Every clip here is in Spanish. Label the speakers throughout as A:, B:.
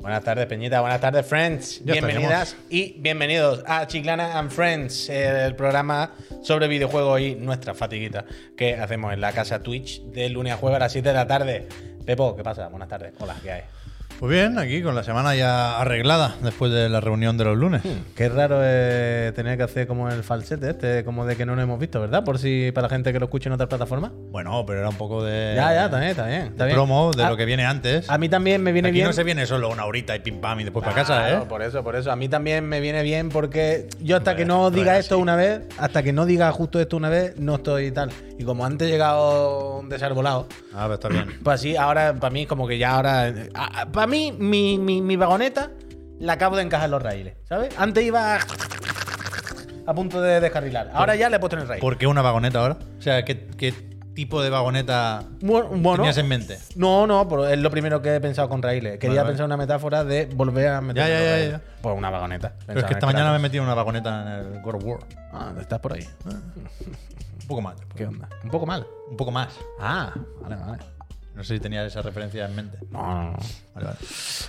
A: Buenas tardes, Peñita. Buenas tardes, Friends.
B: Ya
A: Bienvenidas y bienvenidos a Chiclana and Friends, el programa sobre videojuegos y nuestras fatiguitas que hacemos en la casa Twitch de lunes a jueves a las 7 de la tarde. Pepo, ¿qué pasa? Buenas tardes. Hola, ¿qué hay?
B: Pues bien, aquí con la semana ya arreglada después de la reunión de los lunes.
A: Qué raro eh, tener que hacer como el falsete este, como de que no lo hemos visto, ¿verdad? Por si para la gente que lo escuche en otras plataformas.
B: Bueno, pero era un poco de,
A: ya, ya, también, también. Ah,
B: de promo de lo que viene antes.
A: A mí también me viene
B: aquí
A: bien.
B: no se viene solo una horita y pim pam y después para casa,
A: Claro, pues.
B: ¿eh?
A: Por eso, por eso. A mí también me viene bien porque yo hasta
B: Hombre,
A: que no
B: esto
A: diga
B: es
A: esto
B: así.
A: una vez, hasta que no diga justo esto una vez, no estoy tal. Y como antes he llegado desarbolado,
B: Ah, pero está bien.
A: pues así, ahora para mí como que ya ahora... a- a- Para mí, mi, mi- mi vagoneta la acabo de encajar en los raíles, ¿sabes? Antes iba a punto de descarrilar. Ahora ya le he puesto en el raíl.
B: ¿Por qué una vagoneta ahora? O sea, ¿qué, qué tipo de vagoneta
A: Bu- bueno,
B: tenías en mente?
A: No, no, pero es lo primero que he pensado con raíles. Quería
B: vale.
A: pensar una metáfora de volver a meter
B: ya, ya, ya.
A: Pues una vagoneta.
B: Pero es
A: Pensaba
B: que
A: en
B: esta
A: el
B: mañana me he
A: cráter.
B: metido una vagoneta en el God of War.
A: Ah, estás por ahí.
B: Un poco más. después.
A: ¿Qué onda? Un poco mal.
B: Un poco más.
A: Ah, vale, vale.
B: No sé si tenías esa referencia en mente.
A: No, no, no.
B: Vale, vale.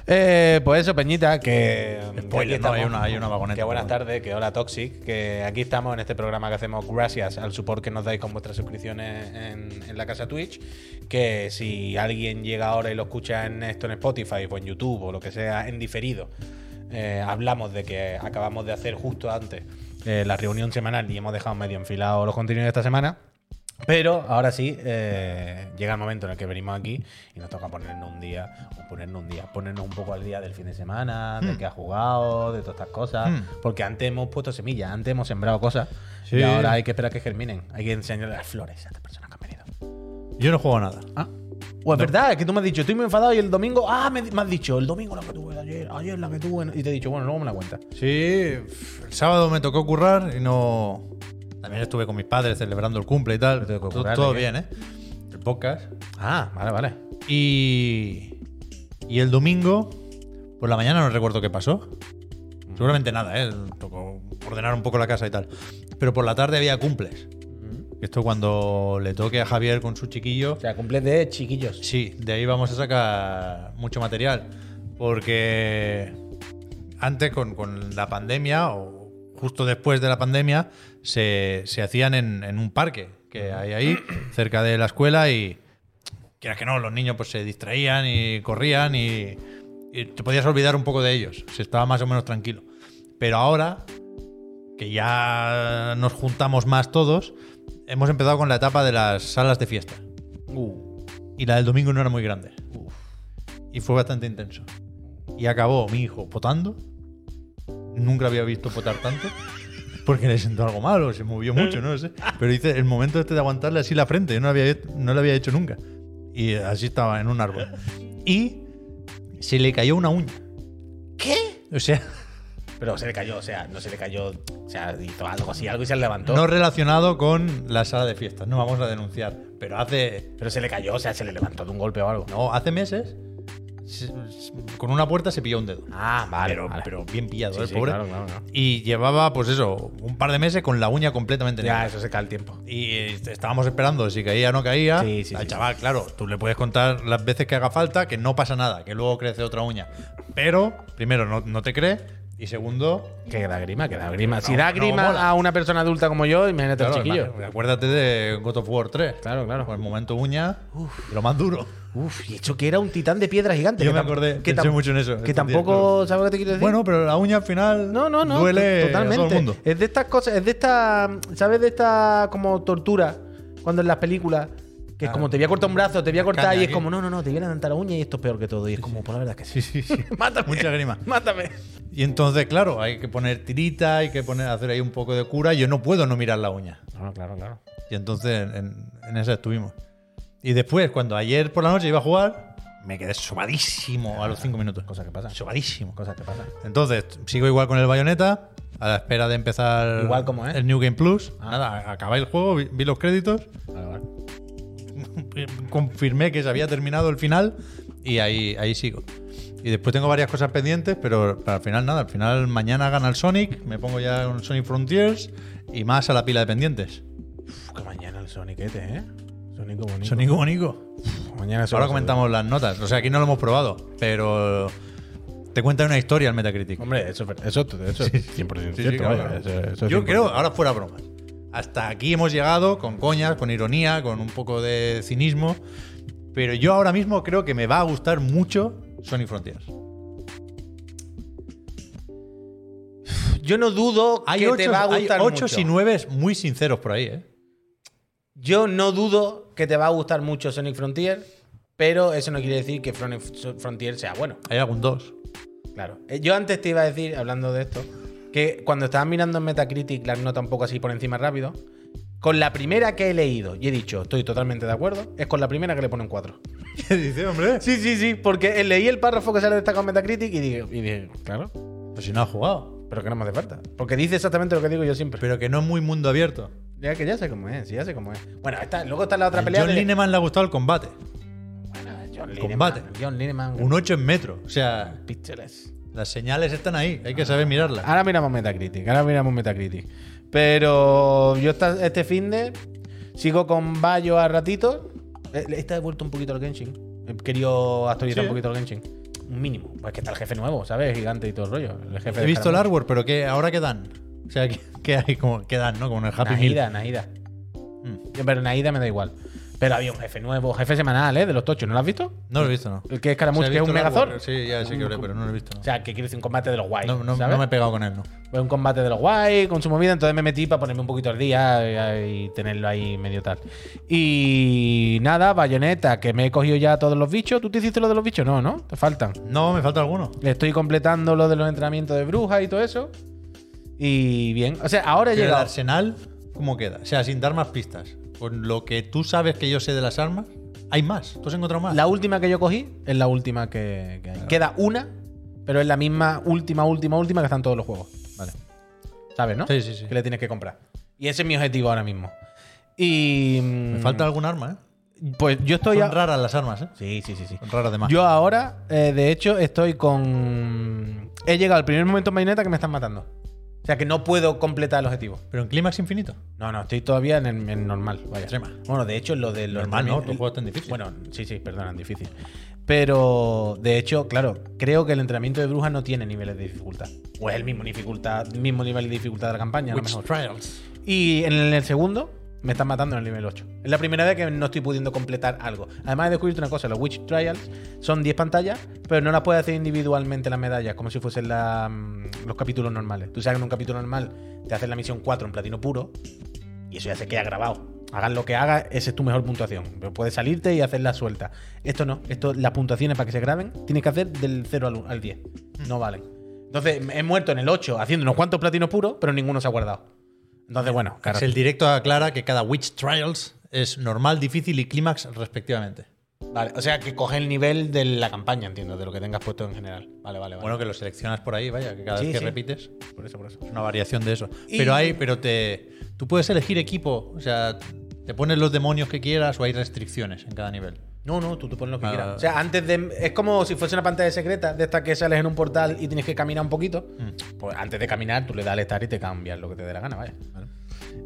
A: Eh, pues eso, Peñita, que.
B: Spoiler,
A: que aquí
B: no,
A: estamos.
B: hay una- hay una vagoneta,
A: Que buenas
B: pero
A: tardes, que hola Toxic, que aquí estamos en este programa que hacemos gracias al support que nos dais con vuestras suscripciones en, en la casa Twitch. Que si alguien llega ahora y lo escucha en esto en Spotify o en YouTube o lo que sea en diferido, eh, hablamos de que acabamos de hacer justo antes eh, la reunión semanal y hemos dejado medio enfilado los contenidos de esta semana. Pero ahora sí, eh, llega el momento en el que venimos aquí y nos toca ponernos un día, o ponernos un día, ponernos un poco al día del fin de semana, de qué ha jugado, de todas estas cosas.
B: Hmm.
A: Porque antes hemos puesto semillas, antes hemos sembrado cosas
B: Sí.
A: y ahora hay que esperar que germinen. Hay que enseñarle las flores a estas personas que han venido.
B: Yo no juego a nada.
A: Ah. O es verdad, es que tú me has dicho, estoy muy enfadado y el domingo, ah, me, me has dicho, el domingo la que tuve ayer, ayer la que tuve, y te he dicho, bueno, luego me la cuenta.
B: Sí, pf, el sábado me tocó currar y no. También estuve con mis padres celebrando el cumple y tal.
A: Te tocó
B: Todo,
A: currar, ¿de
B: todo
A: qué?
B: bien, ¿eh? El podcast.
A: Ah, vale, vale.
B: Y. Y el domingo, por la mañana no recuerdo qué pasó.
A: Mm.
B: Seguramente nada, ¿eh? Tocó ordenar un poco la casa y tal. Pero por la tarde había cumples.
A: Mm.
B: Esto cuando le toque a Javier con su chiquillo.
A: O sea, cumple de chiquillos.
B: Sí, de ahí vamos a sacar mucho material. Porque antes con, con la pandemia, o justo después de la pandemia, se, se hacían en, en un parque que hay ahí, cerca de la escuela, y quieras que no, los niños pues se distraían y corrían y, y te podías olvidar un poco de ellos, se estaba más o menos tranquilo. Pero ahora, que ya nos juntamos más todos, hemos empezado con la etapa de las salas de fiesta
A: Uh,
B: y la del domingo no era muy grande.
A: Uf.
B: Y fue bastante intenso. Y acabó mi hijo potando. Nunca había visto potar tanto. Porque le sentó algo malo, se movió mucho, no lo sé. Pero hice el momento este de aguantarle así la frente. Yo no lo había, no lo había hecho nunca. Y así estaba en un árbol. Y se le cayó una uña.
A: ¿Qué?
B: O sea,
A: Pero se le cayó, o sea, no se le cayó, o sea, hizo algo así, algo y se le levantó.
B: no relacionado con la sala de fiestas. No vamos a denunciar. Pero hace
A: Pero se le cayó, o sea, se le levantó de un golpe o algo.
B: No, hace meses, se- se- con una puerta se pilló un dedo.
A: Ah, vale,
B: Pero,
A: vale.
B: pero bien pillado,
A: Sí,
B: el
A: sí,
B: pobre.
A: claro, claro, claro.
B: Y llevaba, pues eso, un par de meses con la uña completamente
A: Ya,
B: negra.
A: eso se cae el tiempo.
B: Y eh, estábamos esperando si caía o no caía.
A: Sí, sí,
B: Al
A: sí,
B: chaval, claro, tú le puedes contar las veces que haga falta, que no pasa nada, que luego crece otra uña. Pero, primero, no, no te cree. Y segundo,
A: Que da grima, que da grima. Si
B: No,
A: da
B: no
A: grima
B: mola.
A: a una persona adulta como yo, imagínate al
B: claro,
A: chiquillo.
B: además, acuérdate de God of War 3.
A: Claro, claro.
B: Con el momento uña, lo más duro.
A: Uf, y hecho que era un titán de piedra gigante.
B: Yo
A: que
B: me
A: tam-
B: acordé,
A: que
B: pensé
A: tam-
B: mucho en eso.
A: Que
B: estos días,
A: tampoco, ¿sabes lo que te quiero decir?
B: Bueno, pero la uña al final
A: no, no, no.
B: duele
A: to- totalmente.
B: a todo el mundo.
A: Es de estas cosas, es de esta, ¿sabes? De esta como tortura cuando en las películas. Que es
B: Claro.
A: como te voy a cortar un brazo, te voy a cortar
B: Ah. Caña
A: y es
B: aquí.
A: como, no, no, no, te voy a levantar la uña y esto es peor que todo. Y es como, por la verdad es que sí.
B: Sí, sí, sí.
A: Mátame.
B: Mucha grima.
A: Mátame.
B: Y entonces, claro, hay que poner tirita, hay que poner, hacer ahí un poco de cura. Yo no puedo no mirar la uña.
A: No, claro, claro.
B: Y entonces en, en esa estuvimos. Y después, cuando ayer por la noche iba a jugar, me quedé sobadísimo a los cinco minutos.
A: Cosas que pasan.
B: Sobadísimo.
A: Cosas que pasan.
B: Entonces, sigo igual con el bayoneta, a la espera de empezar
A: Igual como ¿eh? Ah. es.
B: el New Game Plus. Nada, acabé el juego, vi- vi los créditos.
A: Vale, vale.
B: eh, confirmé que se había terminado el final y ahí, ahí sigo. Y después tengo varias cosas pendientes, pero al final nada, al final mañana gana el Sonic, me pongo ya un Sonic Frontiers y más a la pila de pendientes.
A: Uf, que mañana el Sonicete, ¿eh? Sonico bonito.
B: Sonic bonito.
A: Mañana se va
B: Ahora
A: a
B: comentamos las notas, o sea, aquí no lo hemos probado, pero te cuentan una historia al Metacritic.
C: Hombre, eso, es ver- eso, eso es 100%
B: Sí, sí,
C: cierto.
B: claro,
C: vaya,
B: claro.
C: eso- eso es
B: Yo
C: 100%
B: creo, ahora fuera bromas. Hasta aquí hemos llegado con coñas, con ironía, con un poco de cinismo. Pero yo ahora mismo creo que me va a gustar mucho Sonic Frontiers.
C: Yo no dudo
B: Hay
C: que
B: ocho
C: te va a
B: hay
C: gustar
B: ochos
C: mucho.
B: y 9 muy sinceros por ahí, ¿eh?
C: Yo no dudo que te va a gustar mucho Sonic Frontier, pero eso no quiere decir que Sonic Frontier sea bueno.
B: Hay algún 2.
C: Claro. Eh, Yo antes te iba a decir, hablando de esto, que cuando estaba mirando en Metacritic las notas un poco así por encima rápido, con la primera que he leído y he dicho, estoy totalmente de acuerdo, es con la primera que le ponen 4.
B: ¿Qué dice, hombre?
C: Sí, sí, sí, porque leí el párrafo que sale destacado en Metacritic y dije, y dije, claro,
B: Pues si no ha jugado.
C: pero que no me hace falta. Porque dice exactamente lo que digo yo siempre.
B: Pero que no es muy mundo abierto.
C: Ya que ya sé cómo es, sí, ya sé cómo es. Bueno, está- luego está la otra
B: A
C: pelea.
B: John
C: de-
B: Lineman le ha gustado el combate.
C: Bueno, John Lineman.
B: Combate.
C: John Lineman.
B: Un 8 en metro. O sea,
C: píxeles.
B: las señales están ahí. Hay que saber mirarlas.
C: Ahora miramos Metacritic, ahora miramos Metacritic. Pero yo esta- este fin de sigo con Bayo a ratitos. Eh, Esta he vuelto un poquito al Genshin. He querido actualizar
B: Sí.
C: un poquito al Genshin. Un mínimo. Pues que está el jefe nuevo, ¿sabes? Gigante y todo el rollo. El jefe
B: He
C: de
B: visto el
C: Scaramouche.
B: hardware, pero ¿qué, ahora qué dan? O sea, ¿qué, qué hay? Como, ¿Qué dan, no? Como en el Happy Meal.
C: Naida, Naida.
B: Mm.
C: Yo, Pero Naida me da igual. Pero había un jefe nuevo, jefe semanal, ¿eh? De los tochos, ¿no lo has visto?
B: No lo he visto, no.
C: El que es Scaramouche,
B: Se ha
C: que es
B: visto
C: un
B: el árbol,
C: megazord.
B: Sí, ya sí que lo he- pero no lo he visto. no.
C: O sea, que quiere decir un combate de los guays.
B: No, no-
C: ¿sabes?
B: no me he pegado con él, no.
C: Fue un combate de los guay, con su movida, entonces me metí para ponerme un poquito al día y, y tenerlo ahí medio tal. Y nada, bayoneta, que me he cogido ya todos los bichos. ¿Tú te hiciste lo de los bichos? No, ¿no? Te faltan.
B: No, me falta alguno.
C: Estoy completando lo de los entrenamientos de brujas y todo eso. Y bien, o sea, ahora he
B: Pero el
C: llegado.
B: arsenal, ¿cómo queda? O sea, sin dar más pistas. Con lo que tú sabes que yo sé de las armas, hay más. ¿Tú has encontrado más?
C: La última que yo cogí es la última que, que hay. Queda una, pero es la misma última, última, última que están todos los juegos.
B: Vale.
C: ¿Sabes, no?
B: Sí, sí, sí.
C: Que le tienes que comprar. Y ese es mi objetivo ahora mismo. Y. mm,
B: Me falta algún arma, ¿eh?
C: Pues yo estoy.
B: Son
C: a-
B: raras las armas, ¿eh?
C: Sí, sí, sí, sí.
B: Son raras de más.
C: Yo ahora, eh, de hecho, estoy con. He llegado al primer momento en Bayonetta que me están matando. O sea que no puedo completar el objetivo.
B: Pero en Clímax Infinito.
C: No, no, estoy todavía en el en normal. Vaya.
B: Extrema.
C: Bueno, de hecho, lo de los
B: Normal, ¿no?
C: entrenamientos-
B: No juego tan difícil.
C: Bueno, sí, sí, perdonan, difícil. Pero, de hecho, claro, creo que el entrenamiento de brujas no tiene niveles de dificultad. O es el mismo, dificultad, mismo nivel de dificultad de la campaña, a lo
B: Witch
C: mejor.
B: Trials.
C: Y en el segundo me están matando en el nivel 8. Es la primera vez que no estoy pudiendo completar algo. Además he descubierto una cosa, los Witch Trials son 10 pantallas, pero no las puedes hacer individualmente las medallas, como si fuesen la- mm, los capítulos normales. Tú sabes que en un capítulo normal te hacen la misión 4 en platino puro y eso ya se queda grabado. Hagas lo que hagas, esa es tu mejor puntuación. Pero puedes salirte y hacerla suelta. Esto no, esto, las puntuaciones para que se graben tienes que hacer del 0 al, un- al 10. No valen. Entonces he muerto en el 8 haciendo unos cuantos platinos puros, pero ninguno se ha guardado. Entonces, bueno, claro.
B: Es el directo aclara que cada Witch Trials es normal, difícil y Clímax respectivamente.
C: Vale, o sea, que coge el nivel de la campaña, entiendo, de lo que tengas puesto en general. Vale, vale, vale.
B: Bueno, que lo seleccionas por ahí, vaya, que cada
C: Sí,
B: vez que
C: sí.
B: repites.
C: por eso, por eso.
B: Es una variación de eso.
C: Y-
B: Pero hay, pero te. Tú puedes elegir equipo. O sea, te pones los demonios que quieras o hay restricciones en cada nivel.
C: No, no, tú, tú pones lo que
B: Vale,
C: quieras.
B: vale.
C: O sea, antes de. Es como si fuese una pantalla secreta de esta que sales en un portal y tienes que caminar un poquito.
B: Mm.
C: Pues antes de caminar, tú le das al estar y te cambias lo que te dé la gana, vaya.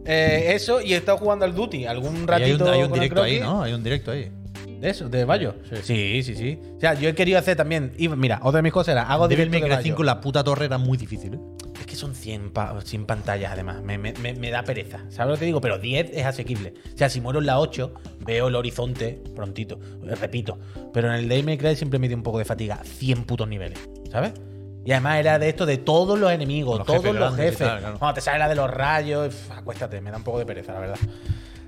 C: Eh, eso, y he estado jugando al Duty algún
B: Y hay un,
C: ratito.
B: hay un
C: con el
B: directo ahí,
C: croquis.
B: ¿no? Hay un directo ahí.
C: De eso, de Bayo. Sí. sí, sí, O sea, yo he querido hacer también. Y mira, otra de mis cosas era: hago
B: Devil
C: directo
B: May
C: de
B: Cry
C: Bayo.
B: 5, la puta torre era muy difícil, ¿eh?
C: Es que son 100, pa- 100 pantallas, además. Me, me- me- me da pereza. ¿Sabes lo que te digo? Pero 10 es asequible. O sea, si muero en la 8, veo el horizonte prontito. Eh, Repito. Pero en el Day May Cry siempre me dio un poco de fatiga. 100 putos niveles. ¿Sabes? Y además era de esto de todos los enemigos,
B: Los
C: todos
B: jefes
C: los
B: grandes y
C: jefes.
B: tal, claro.
C: Cuando te sale la de los rayos, pf, acuéstate, me da un poco de pereza, la verdad.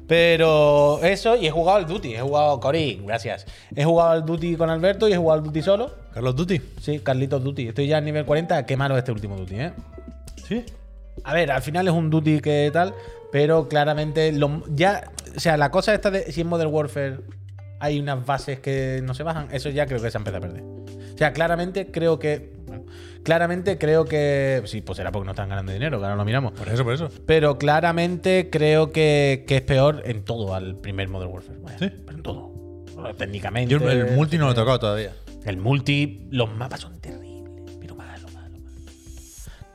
C: Pero eso, y he jugado al Duty, he jugado, Cory, gracias. He jugado al Duty con Alberto y he jugado al Duty solo.
B: Carlos Duty.
C: Sí, Carlitos Duty. Estoy ya en nivel 40. Qué malo este último Duty, ¿eh?
B: Sí.
C: A ver, al final es un duty que tal, pero claramente lo- ya, o sea, la cosa esta de si en Modern Warfare hay unas bases que no se bajan, eso ya creo que se empieza a perder. O sea, claramente creo que bueno, claramente creo que sí, pues será porque no están ganando dinero, que ahora lo miramos.
B: Por eso, por eso.
C: Pero claramente creo que, que es peor en todo al primer Modern Warfare. Vaya,
B: Sí.
C: Pero en todo. Bueno, técnicamente.
B: Yo el multi no lo he tocado todavía.
C: El multi, los mapas son terribles, pero malo, malo, malo.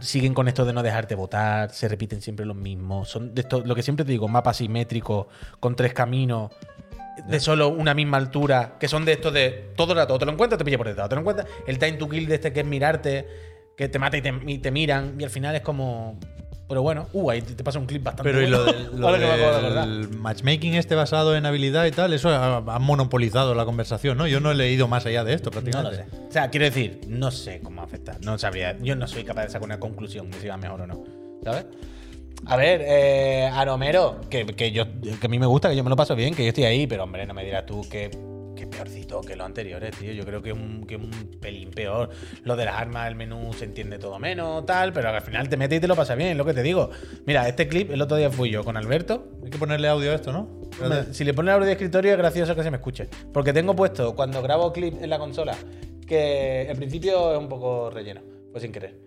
C: Siguen con esto de no dejarte votar, se repiten siempre los mismos. Son de esto, lo que siempre te digo, mapas simétricos, con tres caminos. de solo una misma altura, que son de estos de todo el rato, o te lo encuentras, te pilla por detrás, o te lo encuentras, el time to kill de este que es mirarte, que te mata y te, y te miran, y al final es como... Pero bueno, uh, ahí te te pasa un clip bastante
B: Pero y lo
C: bueno.
B: del, lo
C: Ahora que me acabo de
B: del
C: acordar.
B: matchmaking este basado en habilidad y tal, eso ha, ha monopolizado la conversación, ¿no? Yo no he leído más allá de esto
C: No lo
B: prácticamente.
C: sé. O sea, quiero decir, no sé cómo afectar. No sabría. Yo no soy capaz de sacar una conclusión de si va mejor o no. ¿Sabes? A ver, eh, Aromero, que, que yo, que a mí me gusta, que yo me lo paso bien, que yo estoy ahí, pero hombre, no me dirás tú que, que peorcito que los anteriores, tío. Yo creo que un, que un pelín peor. Lo de las armas, el menú se entiende todo menos, tal, pero al final te metes y te lo pasas bien, es lo que te digo. Mira, este clip el otro día fui yo con Alberto,
B: Hay que ponerle audio a esto, ¿no?
C: Hombre,
B: Espérate.
C: Si le pones el audio de escritorio es gracioso que se me escuche. Porque tengo puesto, cuando grabo clip en la consola, que en principio es un poco relleno, pues sin querer.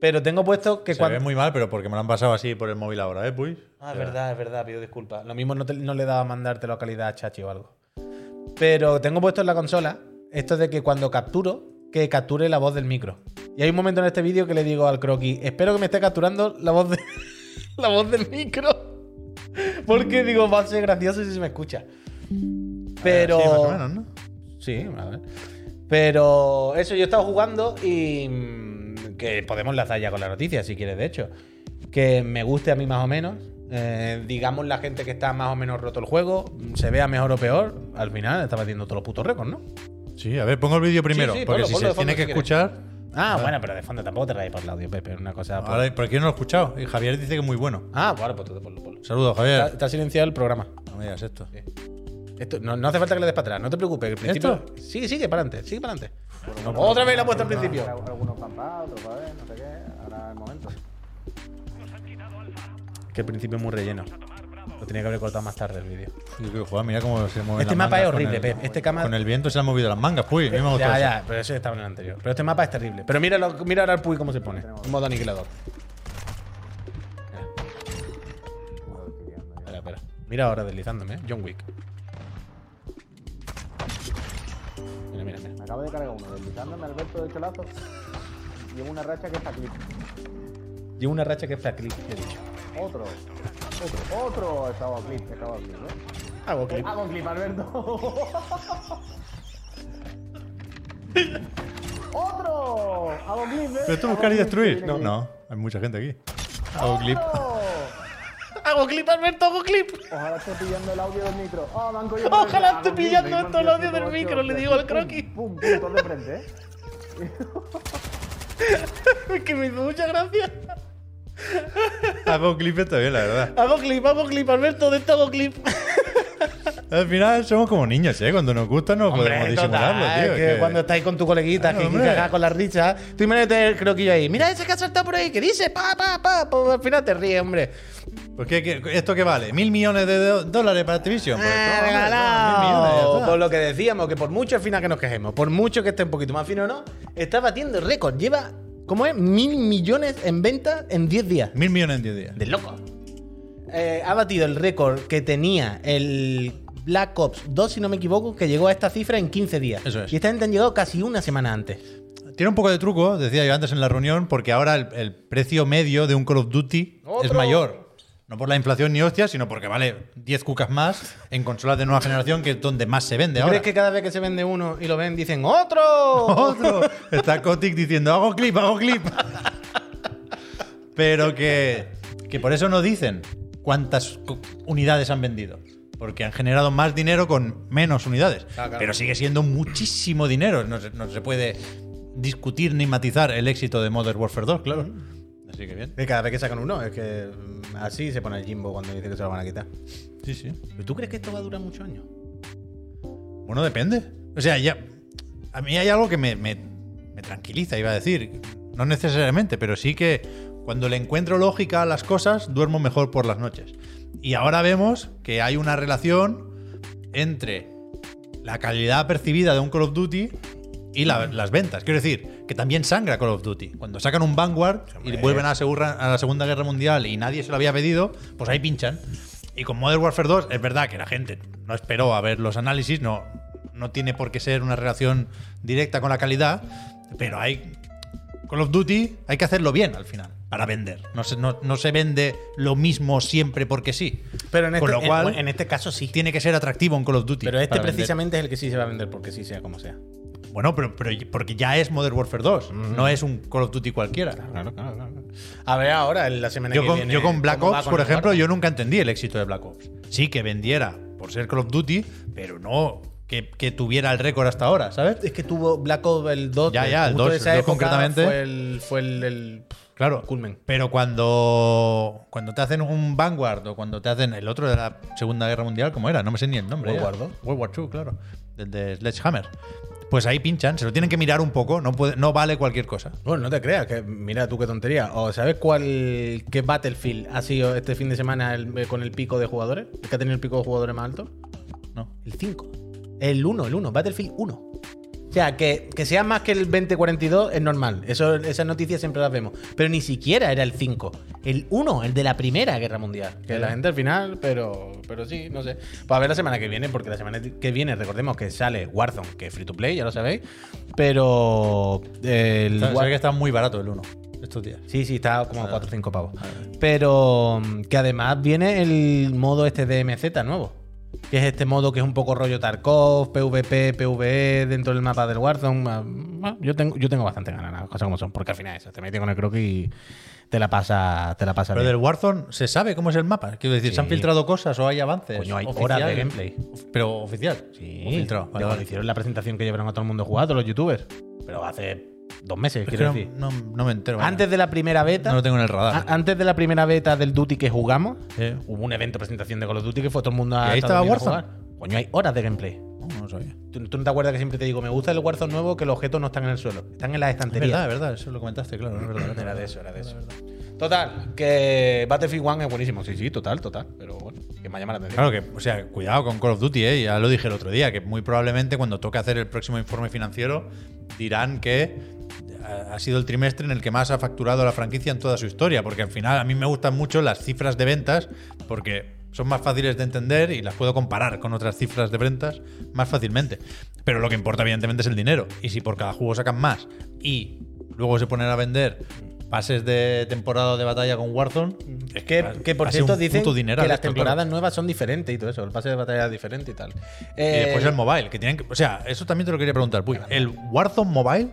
C: Pero tengo puesto que
B: Se
C: cuando...
B: ve muy mal, pero porque me lo han pasado así por el móvil ahora, ¿eh, Puy?
C: Ah, es
B: O sea,
C: verdad, es verdad, pido disculpas. Lo mismo no, te- no le daba mandártelo a calidad a Chachi o algo. Pero tengo puesto en la consola esto de que cuando capturo, que capture la voz del micro. Y hay un momento en este vídeo que le digo al croquis, espero que me esté capturando la voz, de- la voz del micro. Porque digo, va a ser gracioso si se me escucha. Pero...
B: sí, más o menos, ¿no?
C: Sí, a ver. Pero eso, yo he estado jugando y. mm, Que podemos enlazar ya con la noticia, si quieres, de hecho. Que me guste a mí más o menos. eh, digamos la gente que está más o menos roto el juego, mm, se vea mejor o peor. Al final está batiendo todos los putos récords, ¿no?
B: Sí, a ver, pongo el vídeo primero,
C: sí,
B: porque
C: ponlo,
B: si
C: ponlo de
B: se tiene
C: fondo
B: que
C: si quieres.
B: escuchar.
C: Ah, bueno, pero de fondo tampoco te rayes por el audio, Pepe. es Una cosa. por-
B: Ahora, ¿Por qué no lo he escuchado? Y Javier dice que es muy bueno.
C: Ah, bueno, pues tú ponlo, ponlo.
B: Saludos,
C: Está,
B: Javier.
C: está silenciado el programa.
B: No me digas esto.
C: Esto, no, no hace falta que le des para atrás, no te preocupes. El principio... Sí, sigue para adelante, sigue para adelante. Otra vez la puesta al principio.
D: Algunos van para otros para ver, no sé qué. Ahora el momento.
C: Que el principio es muy relleno. Lo tenía que haber cortado más tarde el vídeo.
B: Yo creo, joder, mira cómo se mueve
C: Este mapa es horrible, Pep. Este cama-
B: Con el viento se le han movido las mangas, Puy. A mí me ha gustado
C: Ya,
B: eso.
C: ya, pero eso estaba en el anterior. Pero este mapa es terrible. Pero mira, lo- mira ahora el Puy cómo se pone. En modo aniquilador. Espera, espera. Mira ahora deslizándome, ¿eh? John Wick. Mira, mira, mira.
D: Me acabo de cargar uno, deslizándome Alberto de Cholazo. Llevo una racha que está clip.
C: Llevo una racha que es flat clip, he dicho.
D: Otro. Otro. Otro. Estaba clip, estaba clip, ¿eh?
C: Hago clip.
D: Hago un clip, Alberto. ¡Otro! ¡Hago clip, eh!
B: ¿Pero esto
D: Hago
B: buscar y
D: clip,
B: destruir?
D: tiene
B: No,
D: clip.
B: no. Hay mucha gente aquí. Hago clip.
D: ¡Otro!
C: Hago clip, Alberto, hago clip.
D: Ojalá esté pillando el audio del micro. ¡Oh, me han cogido por el-
C: Ojalá
D: Hago
C: esté
D: clip,
C: pillando
D: Rayman
C: esto el audio del
D: 18,
C: micro, le
D: pum,
C: digo al
D: pum,
C: croquis.
D: Pum, pum, todo de frente, eh.
C: Es que me hizo mucha gracia.
B: Hago clip está bien, la verdad.
C: Hago clip, hago clip, Alberto, de esto hago clip.
B: Al final somos como niños, ¿eh? Cuando nos gusta no podemos
C: total,
B: disimularlo, tío.
C: es que cuando estáis con tu coleguita,
B: Claro,
C: que
B: hombre.
C: jaja, con las risas, tú imagínate el croquillo ahí. Mira ese que ha saltado por ahí, que dice pa, pa, pa. Pues al final te ríes, hombre.
B: Pues ¿Por qué- qué- ¿Esto qué vale? ¿Mil millones de do- dólares para Activision? Pues,
C: Ah,
B: toma, hombre,
C: regalado.
B: toma, mil millones, ya está.
C: Por lo que decíamos, que por mucho al final que nos quejemos, por mucho que esté un poquito más fino o no, está batiendo récord. Lleva, ¿cómo es? Mil millones en ventas en 10 días.
B: Mil millones en 10 días.
C: De loco. Eh, ha batido el récord que tenía el Black Ops 2, si no me equivoco, que llegó a esta cifra en 15 días.
B: Eso es.
C: Y esta gente han llegado casi una semana antes.
B: Tiene un poco de truco, decía yo antes en la reunión, porque ahora el, el precio medio de un Call of Duty es
C: Otro.
B: mayor. No por la inflación ni hostia, sino porque vale 10 cucas más en consolas de nueva generación, que es donde más se vende
C: ¿Tú
B: ahora.
C: crees que cada vez que se vende uno y lo ven dicen otro?
B: Otro. Está Kotick diciendo, hago clip, hago clip. Pero que, que por eso no dicen cuántas cu- unidades han vendido. Porque han generado más dinero con menos unidades.
C: claro.
B: Pero sigue siendo muchísimo dinero. No se, no se puede discutir ni matizar el éxito de Modern Warfare 2, claro. Así que bien.
C: Que cada vez que sacan uno, es que mm, así se pone el Jimbo cuando dice que se lo van a quitar.
B: Sí, sí.
C: ¿Pero tú crees que esto va a durar muchos años?
B: Bueno, depende. O sea, ya. A mí hay algo que me, me- me tranquiliza, iba a decir. No necesariamente, pero sí que cuando le encuentro lógica a las cosas, duermo mejor por las noches. Y ahora vemos que hay una relación entre la calidad percibida de un Call of Duty y la- las ventas. Quiero decir, que también sangra Call of Duty. Cuando sacan un Vanguard y
C: Hombre.
B: vuelven a, la segurra- a la Segunda Guerra Mundial y nadie se lo había pedido, pues ahí pinchan. Y con Modern Warfare 2 es verdad que la gente no esperó a ver los análisis, no, no tiene por qué ser una relación directa con la calidad, pero hay Call of Duty hay que hacerlo bien al final. Para para vender. No se, no, no se vende lo mismo siempre porque sí.
C: Pero en este,
B: Con lo cual,
C: en, en este caso sí.
B: tiene que ser atractivo en Call of Duty.
C: Pero este
B: para vender.
C: precisamente es el que sí se va a vender porque sí sea como sea.
B: Bueno, pero, pero porque ya es Modern Warfare 2, no es un Call of Duty cualquiera.
C: Claro, claro, claro. A ver ahora, en la semana
B: Yo
C: que
B: con,
C: viene.
B: yo con Black
C: cómo va
B: Ops,
C: con
B: por
C: el
B: ejemplo,
C: Warzone.
B: yo nunca entendí el éxito de Black Ops. Sí, que vendiera por ser Call of Duty, pero no que, que tuviera el récord hasta ahora, ¿sabes?
C: Es que tuvo Black Ops el 2.
B: Ya, ya, el
C: justo
B: 2,
C: esa
B: el 2
C: época
B: concretamente.
C: Fue el. Fue el, el-
B: Claro.
C: Culmen.
B: Pero cuando, cuando te hacen un Vanguard o cuando te hacen el otro de la Segunda Guerra Mundial, ¿cómo era? No me sé ni el nombre.
C: World
B: ya.
C: War II.
B: World War II, claro. Del de Sledgehammer. Pues ahí pinchan, se lo tienen que mirar un poco, no, puede, no vale cualquier cosa.
C: Bueno, no te creas, que mira tú qué tontería. ¿O sabes cuál qué Battlefield ha sido este fin de semana el- eh, con el pico de jugadores? ¿El que ha tenido el pico de jugadores más alto?
B: No.
C: El 5. El 1, el 1, Battlefield 1. O sea, que, que sea más que el 2042 es normal. Eso, esas noticias siempre las vemos. Pero ni siquiera era el 5. El 1, el de la Primera Guerra Mundial. Que la gente al final, pero, pero sí, no sé. Pues a ver la semana que viene, porque la semana que viene recordemos que sale Warzone, que es free to play, ya lo sabéis. Pero el
B: Sabes
C: War-
B: que está muy barato el 1 estos días.
C: Sí, sí, está como 4 o 5 pavos. Pero mm, que además viene el modo este de MZ nuevo. Que es este modo que es un poco rollo Tarkov, PvP, PvE, E dentro del mapa del Warzone. Ah, bueno, yo tengo, yo tengo bastante ganas, las cosas como son. Porque al final eso, te metes con el croquis y te la pasa, te la pasa
B: Pero
C: bien.
B: del Warzone se sabe cómo es el mapa. Quiero decir,
C: Sí.
B: ¿se han filtrado cosas o hay avances?
C: Coño, hay
B: oficiales?
C: horas de gameplay.
B: Of- Pero oficial.
C: Sí,
B: O filtrado. Vale,
C: Digo,
B: vale.
C: hicieron la presentación que llevaron a todo el mundo jugando los youtubers. Pero hace dos meses,
B: Es que
C: quiero
B: no,
C: decir.
B: no- no me entero. vaya.
C: Antes de Ah, la primera beta.
B: no lo tengo en el radar. Eh,
C: A- Antes de la primera beta del Duty que jugamos,
B: Sí.
C: hubo un evento presentación de Call of Duty que fue todo el mundo
B: ¿Y
C: a
B: ahí estaba
C: Estados Unidos a
B: Warzone?
C: jugar. Coño, hay horas de gameplay.
B: oh, No, no lo sabía.
C: ¿Tú, tú no te acuerdas que siempre te digo, me gusta el Warzone nuevo que los objetos no están en el suelo, están en las
B: Es
C: estanterías?
B: verdad, es verdad, eso lo comentaste, claro. es verdad,
C: Era de
B: verdad.
C: eso, era de eso. Total, que Battlefield 1 es buenísimo. Sí, sí, total, total. Pero bueno, que me llama la
B: Claro
C: atención.
B: que, o sea, cuidado con Call of Duty, ¿eh? ya lo dije el otro día, que muy probablemente cuando toque hacer el próximo informe financiero dirán que eh, ha- ha sido el trimestre en el que más ha facturado la franquicia en toda su historia, porque al final a mí me gustan mucho las cifras de ventas porque son más fáciles de entender y las puedo comparar con otras cifras de ventas más fácilmente. Pero lo que importa evidentemente es el dinero, y si por cada juego sacan más y luego se ponen a vender pases de temporada o de batalla con Warzone,
C: Es que, que por
B: Ha sido
C: cierto
B: un
C: dicen
B: puto
C: que
B: dineral
C: las
B: esto, claro.
C: temporadas nuevas son diferentes y todo eso, el pase de batalla es diferente y tal.
B: Y después
C: Eh,
B: el mobile, que tienen que. O sea, eso también te lo quería preguntar, Puy. El Warzone Mobile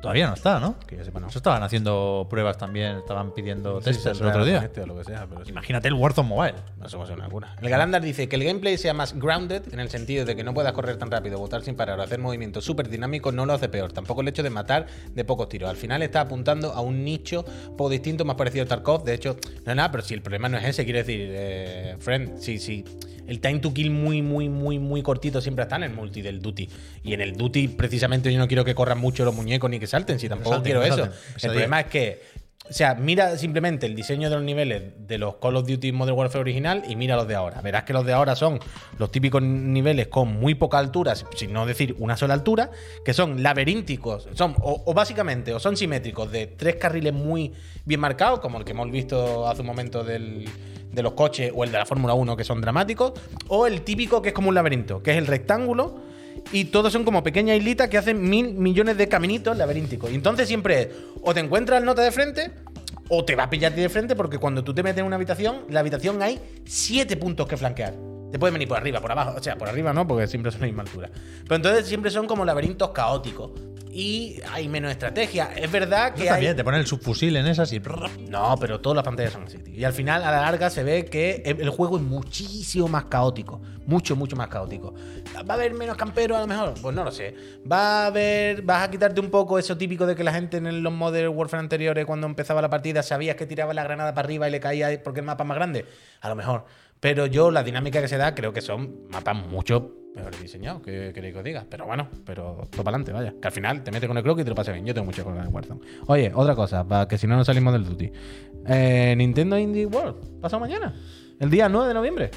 B: todavía no está, ¿no?
C: Que yo sepa, no.
B: Eso estaban haciendo pruebas también, estaban pidiendo
C: Sí,
B: testers
C: sí,
B: el otro día.
C: este o lo que sea, pero sí.
B: Imagínate el Warzone Mobile.
C: No somos una cura. El Galandar dice que el gameplay sea más grounded en el sentido de que no puedas correr tan rápido, botar sin parar o hacer movimientos súper dinámicos no lo hace peor. Tampoco el hecho de matar de pocos tiros. Al final está apuntando a un nicho poco distinto, más parecido a Tarkov. De hecho, no es nada, pero si el problema no es ese, quiero decir, eh, friend, sí, sí. El time to kill muy, muy, muy, muy cortito siempre está en el multi del duty. Y en el duty, precisamente, yo no quiero que corran mucho los muñecos ni que salten, si tampoco
B: salten,
C: quiero
B: que
C: eso.
B: salten. Pues
C: El
B: Pesadilla.
C: problema es que, o sea, mira simplemente el diseño de los niveles de los Call of Duty Modern Warfare original y mira los de ahora. Verás que los de ahora son los típicos niveles con muy poca altura, si- si no decir una sola altura, que son laberínticos, son o, o básicamente o son simétricos de tres carriles muy bien marcados, como el que hemos visto hace un momento del, de los coches o el de la Fórmula 1 que son dramáticos, o el típico que es como un laberinto, que es el rectángulo y todos son como pequeñas islitas que hacen mil millones de caminitos laberínticos. Y entonces siempre es, o te encuentras el nota de frente, o te va a pillar a ti de frente, porque cuando tú te metes en una habitación, la habitación hay siete puntos que flanquear. Te pueden venir por arriba, por abajo, o sea, por arriba no, porque siempre son la misma altura. Pero entonces siempre son como laberintos caóticos. Y hay menos estrategia. Es verdad
B: Eso
C: que hay...
B: también, te ponen el subfusil en esas y.
C: No, pero todas las pantallas son así, tío. Y al final, a la larga, se ve que el el juego es muchísimo más caótico. Mucho, mucho más caótico. ¿Va a haber menos camperos a lo mejor? Pues no lo sé. ¿Va a haber. Vas a quitarte un poco eso típico de que la gente en los Modern Warfare anteriores, cuando empezaba la partida, sabías que tiraba la granada para arriba y le caía porque el mapa es más grande? A lo mejor. Pero yo, la dinámica que se da, creo que son mapas mucho mejor diseñados, que queréis que os diga. Pero bueno, pero todo para adelante, vaya. Que al final te metes con el croquis y te lo pasas bien. Yo tengo mucho con el Warzone. Oye, otra cosa, para que si no nos salimos del duty. Eh, Nintendo Indie World, pasado mañana. El día 9 de noviembre.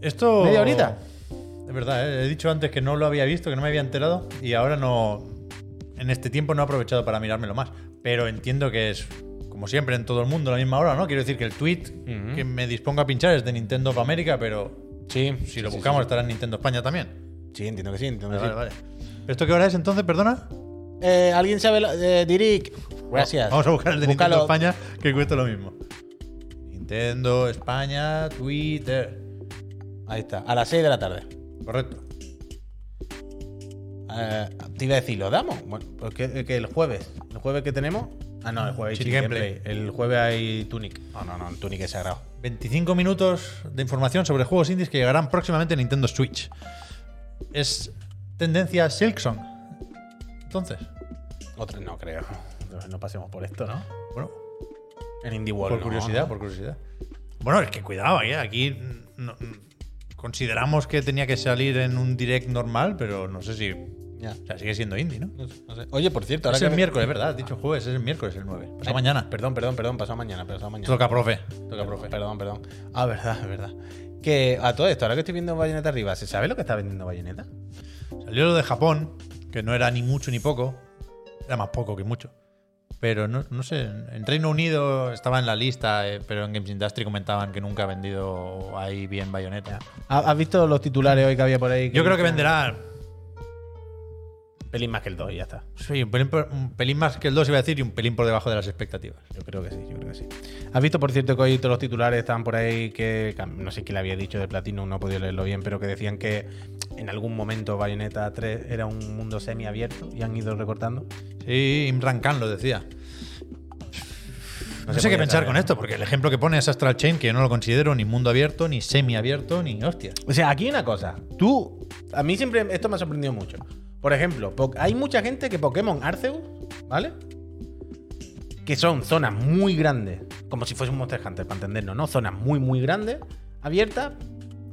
B: Esto.
C: Media horita.
B: Es verdad, eh, he dicho antes que no lo había visto, que no me había enterado y ahora no. En este tiempo no he aprovechado para mirármelo más. Pero entiendo que es, como siempre, en todo el mundo a la misma hora, ¿no? Quiero decir que el tweet
C: Ujú.
B: que me dispongo a pinchar es de Nintendo para América, pero
C: Sí,
B: si lo buscamos estará en Nintendo España también.
C: Sí, entiendo que sí, entiendo
B: Vale,
C: que sí.
B: vale, vale. ¿Esto qué hora es entonces, perdona?
C: Eh, ¿Alguien sabe? la- eh, Dirik, Gracias.
B: Vamos a buscar el de Nintendo
C: Búscalo.
B: España, que cuesta lo mismo. Nintendo España, Twitter.
C: Ahí está, a las 6 de la tarde.
B: Correcto.
C: Eh, te iba a decir, ¿lo damos? Bueno, pues que, que el jueves. ¿El jueves que tenemos? Ah, no, el jueves hay
B: Chill
C: Chill
B: Gameplay.
C: Gameplay. El jueves hay Tunic. No, no, no, el Tunic es sagrado.
B: 25 minutos de información sobre juegos indies que llegarán próximamente a Nintendo Switch. Es tendencia Silksong. Entonces,
C: Otra, no creo. No, no pasemos por esto, ¿no?
B: bueno,
C: En Indie World.
B: por
C: no,
B: curiosidad,
C: no.
B: por curiosidad. Bueno, es que cuidado, ¿eh? aquí no- consideramos que tenía que salir en un direct normal, pero no sé si...
C: Ya.
B: O sea, sigue siendo indie, ¿no?
C: No sé, no sé. Oye, por cierto, ahora
B: Es
C: que
B: el
C: me-
B: miércoles, ¿verdad? Has dicho jueves, es el miércoles, el 9. Pasa
C: Ay,
B: mañana.
C: Perdón, perdón, perdón, pasado mañana, pasado mañana.
B: Toca, profe. Toca,
C: Perdón,
B: profe.
C: Perdón, perdón. Ah, verdad, verdad. Que a todo esto, ahora que estoy viendo Bayonetta arriba, ¿se sabe lo que está vendiendo Bayonetta?
B: Salió lo de Japón, que no era ni mucho ni poco. Era más poco que mucho. Pero no, no sé, en Reino Unido estaba en la lista, eh, pero en Games Industry comentaban que nunca ha vendido ahí bien Bayonetta.
C: ¿Ha- ¿Has visto los titulares hoy que había por ahí?
B: Yo creo que venderá
C: Un pelín más que el 2 y ya está.
B: sí, un, pelín, por- un pelín más que el 2, iba a decir, y un pelín por debajo de las expectativas.
C: Yo creo que sí, yo creo que sí. ¿Has visto, por cierto, que hoy todos los titulares estaban por ahí que, que no sé quién le había dicho de Platinum, no he podido leerlo bien, pero que decían que en algún momento Bayonetta 3 era un mundo semiabierto y han ido recortando?
B: Sí, Imran Khan lo decía. No,
C: se
B: sé qué
C: podía
B: pensar
C: saber.
B: con esto, porque el ejemplo que pone es Astral Chain, que yo no lo considero ni mundo abierto, ni semiabierto, ni hostias.
C: O sea, aquí hay una cosa. Tú, a mí siempre esto me ha sorprendido mucho. Por ejemplo, po- hay mucha gente que Pokémon Arceus, ¿vale? Que son zonas muy grandes, como si fuese un Monster Hunter, para entendernos, ¿no? Zonas muy, muy grandes, abiertas,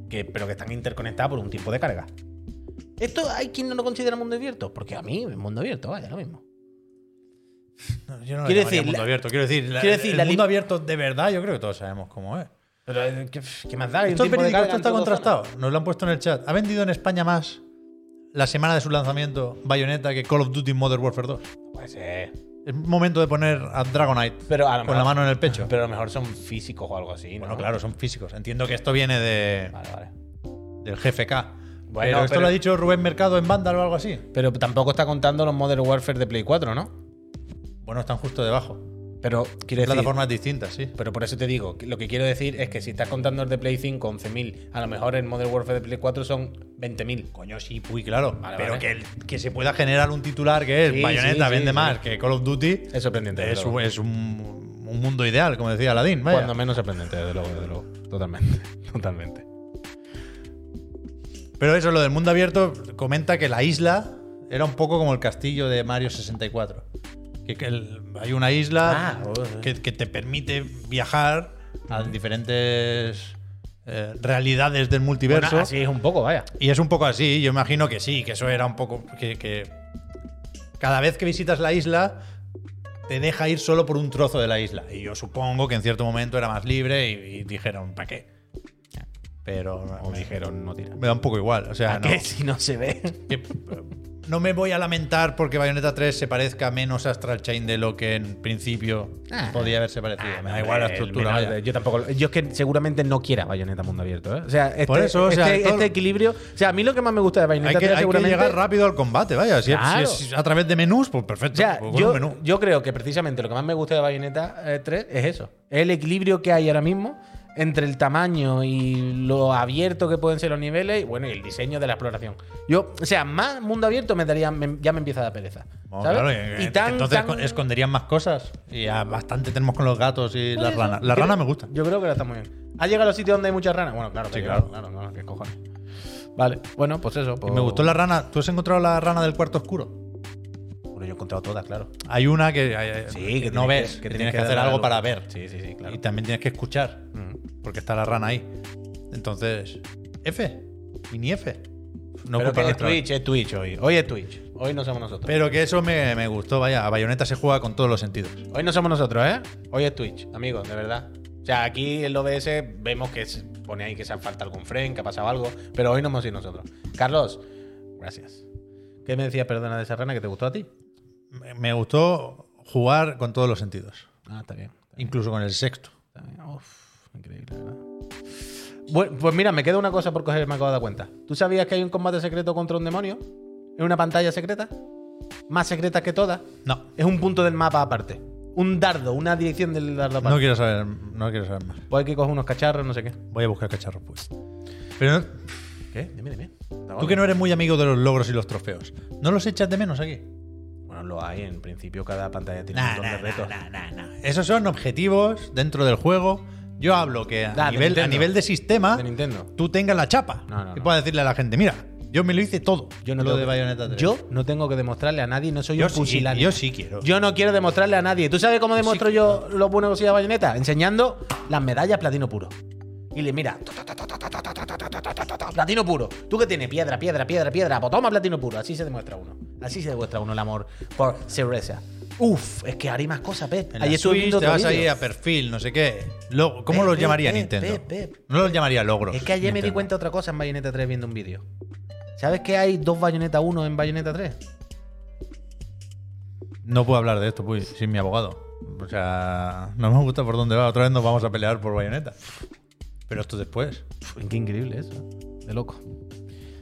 C: que, pero que están interconectadas por un tiempo de carga. Esto hay quien no lo considera mundo abierto, porque a mí el mundo abierto, vaya, lo mismo.
B: No, yo no lo
C: Quiero
B: llamaría
C: decir,
B: mundo
C: la-
B: abierto. Quiero decir, la-
C: quiero decir,
B: el
C: la
B: mundo
C: li-
B: abierto de verdad, yo creo que todos sabemos cómo es.
C: Pero, eh, ¿qué, qué más da? Hay un
B: Esto es
C: tiempo de
B: verídico,
C: carga
B: esto
C: en
B: está
C: todas
B: contrastado. Nos lo han puesto en el chat. ¿Ha vendido en España más la semana de su lanzamiento Bayonetta que Call of Duty Modern Warfare 2?
C: zonas. Puede ser.
B: Es momento de poner a Dragonite
C: Pero a lo
B: con
C: mejor-
B: la mano en el pecho.
C: Pero a lo mejor son físicos o algo así, ¿no?
B: bueno, claro, son físicos. Entiendo que esto viene de,
C: Vale, vale.
B: del GFK.
C: Bueno,
B: pero esto
C: pero-
B: lo ha dicho Rubén Mercado en Vandal o algo así.
C: Pero tampoco está contando los Modern Warfare de Play 4, ¿no?
B: Bueno, están justo debajo.
C: Pero quiero decir.
B: Plataformas distintas, sí.
C: Pero por eso te digo, que lo que quiero decir es que si estás contando el de Play 5, 11.000, a lo mejor el Modern Warfare de Play 4 son 20.000.
B: Coño, sí, muy claro.
C: Vale,
B: pero
C: vale.
B: Que, el- que se pueda generar un titular que es
C: Sí,
B: Bayonetta
C: sí, sí,
B: vende
C: sí.
B: más que Call of Duty.
C: Es sorprendente.
B: Es,
C: desde
B: un,
C: luego.
B: es un- un mundo ideal, como decía Aladdin. vaya.
C: Cuando menos sorprendente, desde luego, desde luego. Totalmente. Totalmente.
B: Pero eso, lo del mundo abierto, comenta que la isla era un poco como el castillo de Mario 64. Que, que el- hay una isla
C: Ah, joder.
B: que, que te permite viajar a diferentes eh, realidades del multiverso.
C: Bueno, así es un poco, vaya.
B: Y es un poco así, yo imagino que sí, que eso era un poco. Que, que cada vez que visitas la isla, te deja ir solo por un trozo de la isla. Y yo supongo que en cierto momento era más libre y, y dijeron, ¿para qué? Pero
C: O me dijeron, no tira.
B: me da un poco igual. O sea, no,
C: Que si no se ve.
B: que, eh, no me voy a lamentar porque Bayonetta 3 se parezca menos a Astral Chain de lo que en principio
C: Ah.
B: podía haberse parecido. me da
C: Hombre,
B: igual la
C: el
B: estructura.
C: menor
B: vaya.
C: de- Eh, yo tampoco. Yo es que seguramente no quiera Bayonetta Mundo Abierto. ¿eh? O sea, este,
B: Por eso, o sea,
C: este-
B: todo-
C: este equilibrio. O sea, a mí lo que más me gusta de Bayonetta
B: Hay que,
C: 3
B: hay que
C: seguramente.
B: llegar rápido al combate, vaya. Si, es- si
C: Claro.
B: es, a través de menús, pues perfecto.
C: O sea,
B: pues con un
C: yo,
B: menú.
C: yo creo que precisamente lo que más me gusta de Bayonetta eh, 3 es eso. Es el equilibrio que hay ahora mismo entre el tamaño y lo abierto que pueden ser los niveles y bueno, y el diseño de la exploración. Yo, o sea, más mundo abierto me daría, me- ya me empieza a dar pereza.
B: Bueno,
C: ¿sabes?
B: claro, eh,
C: y tan,
B: entonces
C: tan-
B: esconderían más cosas. Y ya bastante tenemos con los gatos y
C: Por
B: las
C: eso,
B: ranas. Las
C: creo-
B: ranas me gustan.
C: Yo creo que ahora está muy bien. ¿Ha llegado a los sitios donde hay muchas ranas? Bueno, claro,
B: Sí,
C: que-
B: claro.
C: claro, claro, qué cojones. Vale, bueno, pues eso.
B: Y
C: pues-
B: me gustó la rana. ¿Tú has encontrado la rana del cuarto oscuro?
C: Bueno, yo he encontrado todas, claro.
B: Hay una que, eh,
C: tienes
B: no ves, que, tienes que hacer
C: darle
B: algo
C: a
B: para
C: luz.
B: ver.
C: Sí, sí, sí, claro.
B: Y también tienes que escuchar,
C: Mm.
B: porque está la rana ahí. Entonces, F, mini F. No
C: pero
B: ocupa
C: que es
B: nuestra-
C: Twitch, es Twitch hoy. Hoy es Twitch. Hoy no somos nosotros.
B: Pero que eso me, me gustó, vaya, a Bayonetta se juega con todos los sentidos.
C: Hoy no somos nosotros, ¿eh? Hoy es Twitch, amigos, de verdad. O sea, aquí en el OBS vemos que se pone ahí que se falta algún friend, que ha pasado algo, pero hoy no hemos sido nosotros. Carlos, gracias. ¿Qué me decías, perdona, de esa rana que te gustó a ti?
B: Me, me gustó jugar con todos los sentidos,
C: Ah, está bien.
B: incluso con el sexto.
C: Está bien. Uf, increíble, la ¿verdad? Bueno, pues mira, me queda una cosa por coger, me acabo de dar cuenta. ¿Tú sabías que hay un combate secreto contra un demonio? ¿En una pantalla secreta? más secretas que todas.
B: No.
C: Es un punto del mapa aparte. Un dardo, una dirección del dardo aparte.
B: No quiero saber, no quiero saber más.
C: Pues hay que coger unos cacharros, no sé qué.
B: Voy a buscar cacharros, pues. Pero no-
C: ¿Qué? Dime, dime.
B: tú que no eres muy amigo de los logros y los trofeos, ¿no los echas de menos aquí?
C: Bueno, lo hay. En principio, cada pantalla tiene
B: Nah,
C: un montón
B: nah,
C: de retos.
B: nah, nah, nah, nah. Esos son objetivos dentro del juego. Yo hablo que a,
C: Da, de
B: nivel, a
C: Nintendo.
B: nivel de sistema,
C: De Nintendo.
B: tú tengas la chapa
C: No, no,
B: y
C: no.
B: puedas decirle a la gente, mira, yo me lo hice todo.
C: Yo no,
B: lo
C: tengo
B: de
C: que-
B: Bayonetta 3.
C: yo no tengo que demostrarle a nadie, no soy
B: Yo
C: un
B: sí,
C: pusilánime.
B: yo sí quiero.
C: Yo no quiero demostrarle a nadie. ¿Tú sabes cómo demuestro yo lo bueno que soy a Bayonetta? Enseñando las medallas platino puro. Y le mira. ta, ta, ta, ta, ta, ta, ta, ta, ta, ta, ta, ta, ta, ta, Platino puro. Tú que tienes piedra, piedra, piedra, piedra. Pues toma platino puro. Así se demuestra uno. Así se demuestra uno el amor por cerveza. Uf, es que haré más cosas, Pep.
B: En la
C: Ayer subí
B: Switch
C: otro
B: te vas
C: vídeo.
B: ahí a perfil, no sé qué. Lo- ¿Cómo
C: Pep,
B: los
C: pep,
B: llamaría
C: pep,
B: Nintendo?
C: pep, pep.
B: No los llamaría logros.
C: Es que ayer me di
B: Nintendo.
C: cuenta de otra cosa en Bayonetta 3 viendo un vídeo. ¿Sabes que hay dos Bayonetta 1 en Bayonetta 3?
B: No puedo hablar de esto, pues, sin mi abogado. O sea, no me gusta por dónde va. Otra vez nos vamos a pelear por Bayonetta. Pero esto después.
C: Pff, Qué increíble eso. De loco.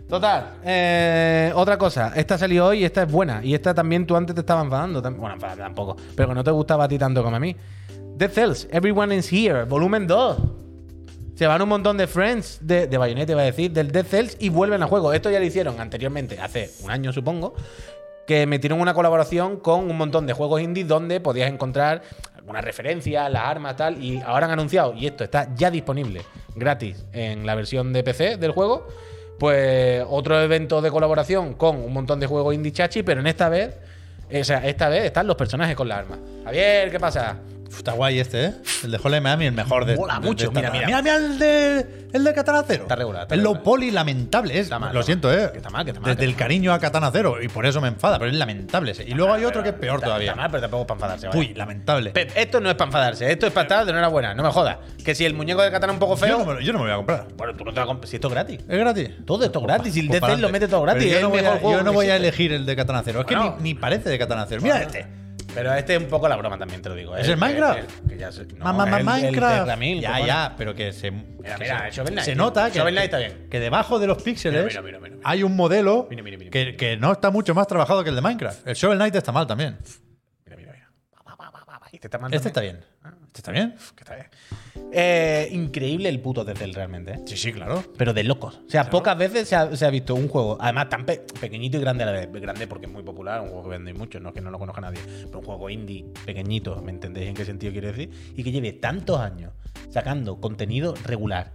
C: Total, eh, otra cosa. Esta salió hoy y esta es buena. Y esta también tú antes te estabas enfadando. tam- Bueno, enfadando tampoco. Pero que no te gustaba a ti tanto como a mí. Dead Cells, Everyone is Here, volumen 2. Se van un montón de friends de, de Bayonetta, iba a decir, del Dead Cells y vuelven al juego. Esto ya lo hicieron anteriormente, hace un año supongo, que metieron una colaboración con un montón de juegos indie donde podías encontrar alguna referencia, las armas, tal. Y ahora han anunciado, y esto está ya disponible gratis en la versión de PC del juego, pues otro evento de colaboración con un montón de juegos indie chachi, pero en esta vez, eh, o sea, esta vez están los personajes con las armas. Javier, ¿qué pasa?
B: Uf, Está guay este, ¿eh? El de Hotline Miami, el mejor de.
C: Mola
B: de-
C: mucho,
B: de esta
C: mira,
B: nada.
C: mira.
B: mira, el de. El de Katana Cero.
C: Está regular, está
B: el low
C: regular.
B: poly lamentable es.
C: Está mal,
B: lo
C: está
B: siento,
C: mal.
B: ¿eh?
C: Que está mal, que está mal,
B: Desde
C: que
B: el cariño a Katana Cero. Y por eso me enfada, pero es lamentable. ese. Y luego hay otro que es peor
C: Está-
B: todavía.
C: Está mal, pero tampoco es para enfadarse. vaya.
B: Uy, lamentable.
C: Pep, esto no es para enfadarse, esto es para estar de enhorabuena, no me jodas. Que si el muñeco de Katana es un poco
B: yo, no
C: feo.
B: me, lo- yo no me lo voy a comprar.
C: Bueno, tú no te lo compras, si esto es gratis.
B: Es gratis.
C: Todo esto es gratis, y el
B: Pues
C: Death Cell lo
B: pa'lante.
C: mete todo gratis.
B: Pero
C: es
B: Yo no
C: el
B: voy,
C: mejor
B: a,
C: juego
B: yo no
C: que
B: voy a
C: existe.
B: elegir el de Katana Cero. Es que
C: Bueno.
B: ni, ni parece de Katana Cero. Mira
C: Bueno.
B: este.
C: Pero este es un poco la broma también, te lo digo.
B: ¿Es el Minecraft?
C: el- que ya se- no,
B: Mamá,
C: el- el
B: Minecraft.
C: Terramil,
B: ya,
C: cojones.
B: ya, pero que se. que
C: mira,
B: se-
C: el Shovel Knight,
B: se
C: tío.
B: nota que,
C: Shovel Knight
B: que-
C: está bien.
B: que debajo de los píxeles
C: Mira, mira, mira, mira.
B: hay un modelo
C: Mira, mira, mira,
B: que,
C: mira.
B: que no está mucho más trabajado que el de Minecraft. El Shovel Knight está mal también.
C: Mira, mira, mira. Va, va, va, va, va. Este está mal
B: Este está
C: también.
B: bien. Este está bien.
C: Que está bien. Eh, increíble el puto Death Cell realmente. ¿eh?
B: Sí, sí, claro.
C: Pero de locos. O sea, pocas veces se ha, se ha visto un juego, además tan pe- pequeñito y grande a la vez. Grande porque es muy popular, un juego que vende mucho, no es que no lo conozca nadie. Pero un juego indie pequeñito, ¿me entendéis en qué sentido quiero decir? Y que lleve tantos años sacando contenido regular,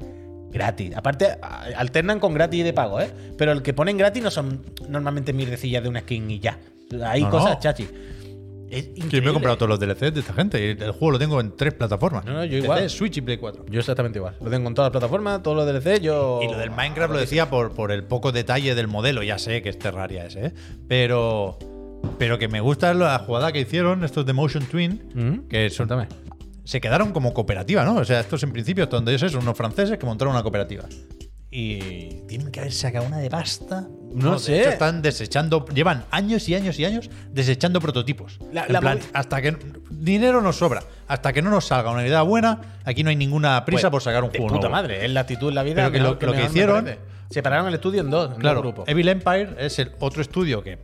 C: gratis. Aparte, a- alternan con gratis y de pago, ¿eh? Pero el que ponen gratis no son normalmente mierdecillas de una skin y ya. Hay
B: No,
C: cosas,
B: no.
C: chachi. Es
B: Que me
C: increíble.
B: he comprado todos los DLCs de esta gente. Y el juego lo tengo en tres plataformas.
C: No, no, yo
B: PC,
C: igual.
B: Switch y Play 4.
C: Yo exactamente igual. Lo tengo en todas las plataformas, todos los DLC, yo.
B: Y lo del Minecraft lo decía por, por el poco detalle del modelo, ya sé que es Terraria ese, ¿eh? pero, pero que me gusta la jugada que hicieron estos de Motion Twin,
C: Mm,
B: que son-
C: cuéntame.
B: se quedaron como cooperativa, ¿no? O sea, estos en principio, hasta donde yo sé, son unos franceses que montaron una cooperativa. Y tienen que haber sacado una de pasta.
C: No
B: de
C: sé.
B: hecho, están desechando, llevan años y años y años desechando prototipos.
C: La-
B: en
C: la
B: plan,
C: movi-
B: hasta que dinero nos sobra, hasta que no nos salga una idea buena, aquí no hay ninguna prisa por
C: Pues,
B: sacar un
C: de
B: juego.
C: puta
B: nuevo.
C: madre, es la actitud en la vida.
B: Pero que lo-
C: mejor
B: lo que
C: mejor me
B: hicieron-
C: parece. Separaron el estudio en dos, en
B: Claro,
C: dos grupos.
B: Evil Empire es el otro estudio que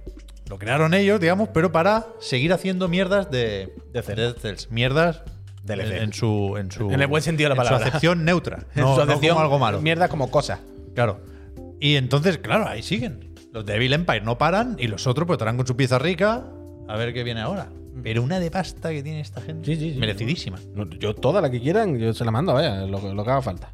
B: lo crearon ellos, digamos, pero para seguir haciendo mierdas de,
C: De Cells.
B: Dead Cells. Mierdas
C: DLC.
B: En, en su, en su.
C: En el buen sentido de la
B: en
C: palabra.
B: su acepción neutra.
C: En
B: No,
C: su
B: no
C: acepción,
B: como algo malo.
C: Mierda como cosa.
B: Claro. Y entonces, claro, ahí siguen. Los de Evil Empire no paran y los otros pues estarán con su pieza rica a ver qué viene ahora. Pero una de pasta que tiene esta gente.
C: Mm. Sí, sí, sí.
B: merecidísima.
C: No, Yo toda la que quieran, yo se la mando, vaya, lo, que- lo que haga falta.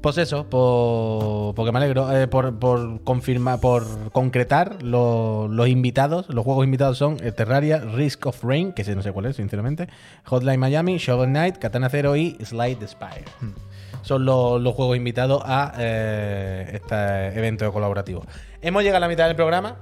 C: Pues eso, por, porque me alegro, eh, por, por confirmar, por concretar lo- los invitados, los juegos invitados son eh, Terraria, Risk of Rain, que ese no sé cuál es, sinceramente, Hotline Miami, Shovel Knight, Katana Zero y Slide the Spire. Son lo- los juegos invitados a eh, este evento colaborativo. Hemos llegado a la mitad del programa.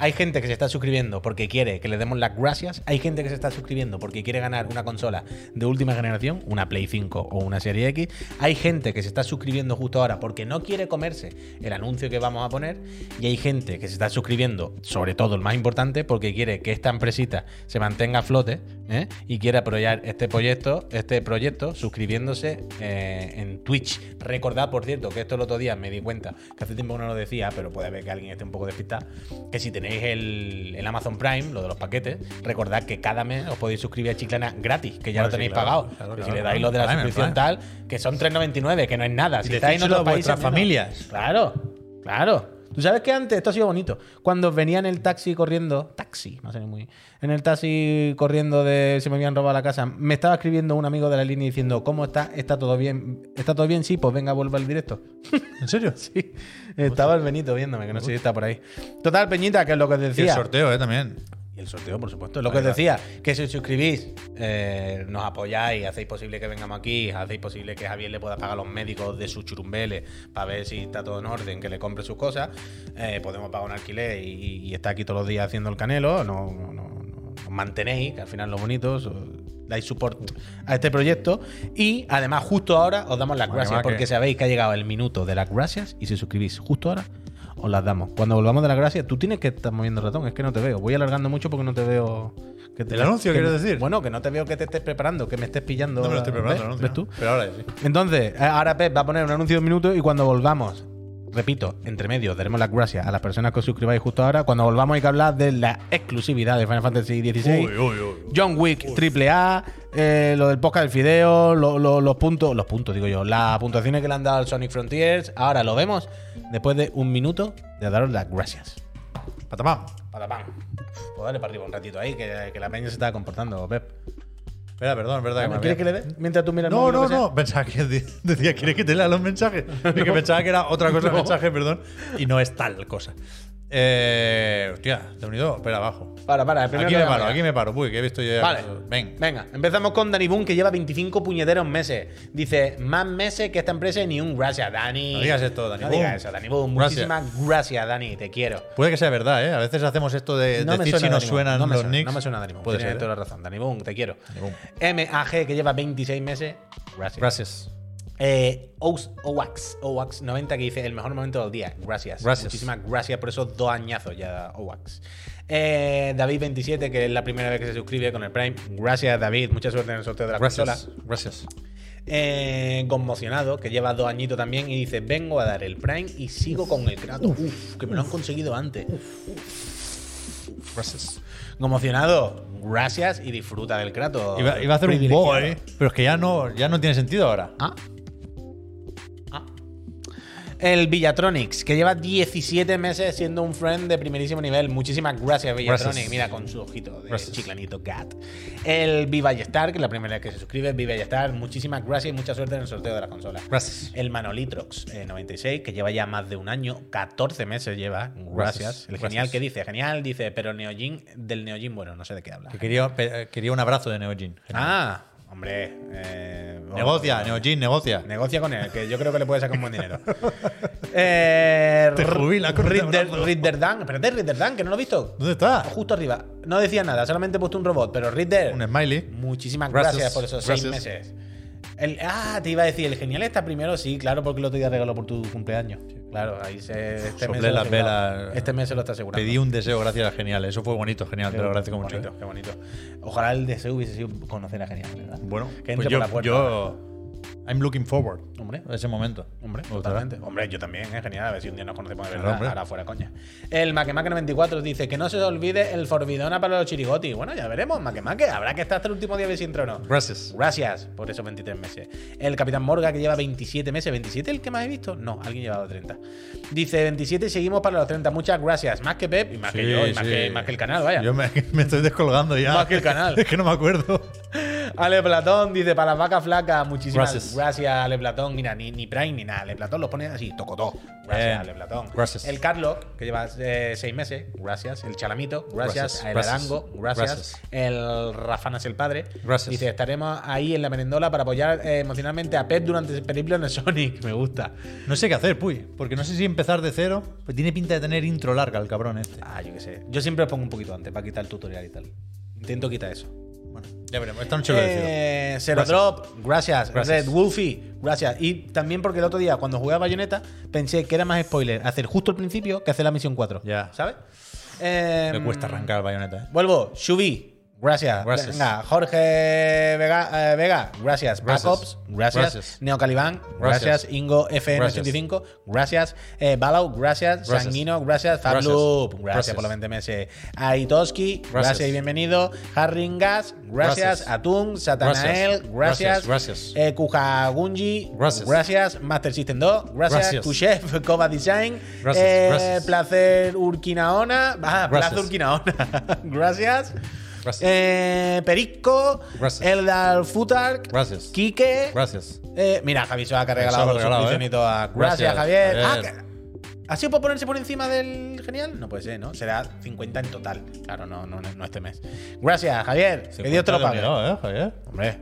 C: Hay gente que se está suscribiendo porque quiere que le demos las gracias. Hay gente que se está suscribiendo porque quiere ganar una consola de última generación, una Play 5 o una Serie X. Hay gente que se está suscribiendo justo ahora porque no quiere comerse el anuncio que vamos a poner. Y hay gente que se está suscribiendo, sobre todo el más importante, porque quiere que esta empresita se mantenga a flote ¿eh? y quiere apoyar este proyecto, este proyecto suscribiéndose eh, en Twitch. Recordad, por cierto, que esto el otro día me di cuenta, que hace tiempo que no lo decía, pero puede haber que alguien esté un poco despistado, que si tenéis el, el Amazon Prime, lo de los paquetes, recordad que cada mes os podéis suscribir a Chiclana gratis, que ya
B: Bueno,
C: lo tenéis
B: sí, claro,
C: pagado.
B: claro,
C: Que si
B: claro,
C: le dais
B: claro.
C: lo de la
B: Prime, el
C: suscripción
B: Prime.
C: tal, que son 3,99, que no es nada. Si
B: Y
C: estáis en
B: decídselo
C: otros
B: a
C: países,
B: vuestras
C: menos.
B: familias.
C: Claro, claro. Tú sabes que antes, esto ha sido bonito, cuando venía en el taxi corriendo, taxi, más o menos muy, en el taxi corriendo de se me habían robado la casa, me estaba escribiendo un amigo de la línea diciendo, ¿cómo está? ¿Está todo bien? ¿Está todo bien? Sí, pues venga, vuelva al directo.
B: ¿En serio?
C: Sí,
A: Pues
C: estaba el Benito viéndome, que no sé si está por ahí. Total, Peñita, que es lo que os
B: Y el
C: decía.
B: sorteo, eh, también.
C: Y el sorteo, por supuesto. Lo que
B: Ahí
C: os
B: va.
C: decía, que si os suscribís, eh, nos apoyáis, hacéis posible que vengamos aquí, hacéis posible que Javier le pueda pagar a los médicos de sus churumbeles para ver si está todo en orden, que le compre sus cosas. Eh, podemos pagar un alquiler y, y está aquí todos los días haciendo el canelo. No, no, no, no- nos mantenéis, que al final lo bonito, os- dais support a este proyecto. Y además, justo ahora os damos las
B: Vale,
C: gracias,
B: va, que-
C: porque sabéis que ha llegado el minuto de las gracias y si os suscribís justo ahora, os las damos. Cuando volvamos de las gracias, tú tienes que estar moviendo el ratón, es que no te veo. Voy alargando mucho porque no te veo. Que te-
B: ¿El anuncio,
C: que-
B: quieres decir?
C: Bueno, que no te veo que te estés preparando, que me estés pillando.
B: No me lo estoy
C: ¿ves?
B: preparando, el anuncio,
C: ¿Ves
B: ¿no?
C: tú?
B: Pero ahora ya sí.
C: Entonces, eh, ahora Pep va a poner un anuncio de un minuto y cuando volvamos, repito, entre medio, daremos las gracias a las personas que os suscribáis justo ahora. Cuando volvamos hay que hablar de la exclusividad de Final Fantasy XVI.
B: Uy, uy, uy.
C: John Wick triple A, eh, lo del podcast del fideo, lo- lo- los puntos, los puntos digo yo, las puntuaciones que le han dado al Sonic Frontiers. Ahora lo vemos después de un minuto de daros las gracias.
B: Patamam.
C: Para pan. Pues dale para arriba un ratito ahí, que, que la peña se está comportando, Pep.
B: Espera, perdón, es verdad que me
C: Ah, ¿Quieres
B: había-
C: que le dé? Mientras tú miras el
B: No,
C: móvil,
B: no,
C: lo que sea.
B: no. Pensaba que de- decía, ¿quieres que te lea los mensajes? Y que pensaba que era otra cosa el mensaje, perdón. Y no es tal cosa. Eh, hostia, te he unido. Espera, abajo.
C: Para, para, el primero
B: Aquí
C: que
B: me
C: haga.
B: paro, aquí me paro. Uy, que he visto ya.
C: Vale.
B: Ven.
C: Venga, empezamos con Dani Boom, que lleva 25 puñeteros meses. Dice, más meses que esta empresa y ni un gracias, Dani.
B: No digas esto, Dani
C: No
B: Boom.
C: digas eso, Dani Boom.
B: Gracias.
C: Muchísimas gracias, Dani. Te quiero.
B: Puede que sea verdad, ¿eh? A veces hacemos esto de
C: No me
B: decir si
C: suena
B: nos
C: Dani Boom,
B: suenan
C: no me
B: los
C: suena,
B: nicks.
C: No me suena Dani Boom.
B: Puede
C: Tienes
B: ser.
C: toda
B: ¿eh?
C: la razón. Dani Boom, te quiero.
B: Dani Boom.
C: MAG, que lleva 26 meses. Gracias.
B: Gracias.
C: Eh, Ous- Owax, Owax 90 que dice el mejor momento del día. Gracias.
B: Gracias.
C: Muchísimas gracias por esos dos añazos ya, Owax. Eh, David 27 que es la primera vez que se suscribe con el Prime. Gracias, David. Mucha suerte en el sorteo de la
B: Gracias.
C: consola.
B: Gracias.
C: Eh, conmocionado, que lleva dos añitos también, y dice: Vengo a dar el Prime y sigo con el Kratos. Uf, que me lo han conseguido antes.
B: Gracias.
C: Conmocionado, gracias y disfruta del Kratos.
B: Iba, iba a hacer un
C: Privilegiado.
B: bow, ¿eh? Pero es que ya no, ya no tiene sentido ahora.
C: Ah. Ah. El Villatronics, que lleva 17 meses siendo un friend de primerísimo nivel. Muchísimas gracias, Villatronics.
B: Gracias.
C: Mira, con su ojito de
B: Gracias.
C: chiclanito cat. El Viva Star, que es la primera vez que se suscribe. Viva Star, muchísimas gracias y mucha suerte en el sorteo de la consola.
B: Gracias.
C: El Manolitrox eh, 96, que lleva ya más de un año, 14 meses lleva. Gracias.
B: Gracias,
C: El genial
B: gracias.
C: que dice, genial, dice, pero Neojin, del Neojin, bueno, no sé de qué habla.
B: Que quería, pe- quería un abrazo de Neojin.
C: Ah, hombre. eh,
B: Negocia, Neojin, negocia.
C: Negocia con él, que yo creo que le puede sacar un buen dinero. eh,
B: Te jubila con este
C: Ritter,
B: abrazo.
C: Ritterdan. Espérate, Ritterdan, que no lo he visto.
B: ¿Dónde está?
C: Justo arriba. No decía nada, solamente he puesto un robot, pero Ritter.
B: Un smiley.
C: Muchísimas gracias,
B: Gracias,
C: por esos seis
B: gracias.
C: meses. El- ah, te iba a decir, el genial está primero, sí, claro, porque el otro día regaló por tu cumpleaños. Claro, ahí se. Este
B: Soplé
C: mes se lo
B: las
C: aseguraba.
B: velas.
C: Este mes se lo está asegurando.
B: Pedí un deseo, gracias a Genial. Eso fue bonito, Genial. Te lo agradezco
C: Qué
B: mucho.
C: bonito, Qué bonito. Ojalá el deseo hubiese sido conocer a genial, ¿verdad?
B: Bueno,
C: que entre
B: pues
C: por
B: yo,
C: la puerta.
B: yo- I'm looking forward
C: Hombre.
B: a ese momento.
C: Hombre,
B: Me gustará.
C: totalmente. Hombre, yo también, en genial. A ver si un día nos conocemos de
B: Claro,
C: verdad.
B: hombre.
C: Ahora fuera coña. El Makemake94 dice que no se os olvide el Forbidona para los chirigotis. Bueno, ya veremos, Makemake. Habrá que estar hasta el último día a ver si entra o no.
B: Gracias.
C: Gracias por esos 23 meses. El Capitán Morga, que lleva 27 meses. ¿27 el que más he visto? No, alguien llevaba 30. Dice 27 y seguimos para los 30. Muchas gracias. Más que Pep y más que
B: Sí,
C: yo y más,
B: sí.
C: que, más que el canal, vaya.
B: Yo me, me estoy descolgando ya.
C: Más que el canal.
B: es que no me acuerdo.
C: Ale Platón dice para las vacas flacas, muchísimas gracias,
B: Gracias.
C: Ale Platón. Mira, ni, ni Prime ni nada. Ale Platón los pone así, tocotó. Gracias,
B: Bien.
C: Ale Platón.
B: Gracias.
C: El Carlos, que lleva eh, seis meses, gracias. El Chalamito,
B: Gracias.
C: gracias. El
B: Gracias.
C: Arango, gracias.
B: Gracias.
C: El Rafanas el Padre,
B: Gracias.
C: dice estaremos ahí en la merendola para apoyar eh, emocionalmente a Pep durante el periplo en el Sonic. Me gusta.
B: No sé qué hacer, Puy. Porque no sé si empezar de cero. Pues tiene pinta de tener intro larga el cabrón este.
C: Ah, yo qué sé. Yo siempre os pongo un poquito antes para quitar el tutorial y tal. Intento quitar eso.
B: Bueno, ya veremos. Esta noche lo decido.
C: Eh, Zero Drop, gracias.
B: Gracias.
C: Red Wolfie, gracias. Y también porque el otro día, cuando jugué a Bayonetta, pensé que era más spoiler hacer justo el principio que hacer la misión 4.
B: Ya.
C: ¿Sabes? Eh,
B: Me cuesta arrancar bayoneta. eh.
C: Vuelvo, Shubi, Gracias.
B: Gracias.
C: Venga, Jorge Vega, eh, Vega, gracias.
B: Gracias.
C: Backups, gracias.
B: Gracias.
C: Neocalibán, gracias.
B: Gracias.
C: Ingo FM85, gracias. Eh, Balau, gracias.
B: Gracias.
C: Sanguino, gracias.
B: Gracias.
C: Fabloop, gracias,
B: Gracias.
C: por la 20 meses. Aitoski, gracias.
B: Gracias.
C: y bienvenido. Harringas, gracias.
B: Gracias.
C: Atun, Satanael,
B: Gracias. Gracias,
C: gracias.
B: gracias.
C: Eh, Kujagunji,
B: Gracias.
C: gracias. Master System 2, gracias.
B: Gracias.
C: Kuchef, Cova Design,
B: Gracias,
C: eh,
B: gracias.
C: Placer Urquinaona, ah, Placer
B: Gracias.
C: Urquinaona, gracias.
B: Gracias.
C: Eh, Perico,
B: Gracias.
C: Eldar Futark,
B: Gracias.
C: Quique.
B: Gracias.
C: Eh, mira, Javi Soa que ha
B: Soa
C: regalado
B: ha
C: su
B: regalado,
C: suscripcionito
B: ¿eh?
C: a-
B: Gracias,
C: Gracias,
B: Eh.
C: Javier.
B: Javier.
C: Ah, que- ¿Ha sido por ponerse por encima del genial? No puede ser, ¿no? Será 50 en total. Claro, no, no, no este mes. Gracias, Javier. Que Dios te lo pague.
B: Cuidado, ¿eh, Javier?
C: Hombre,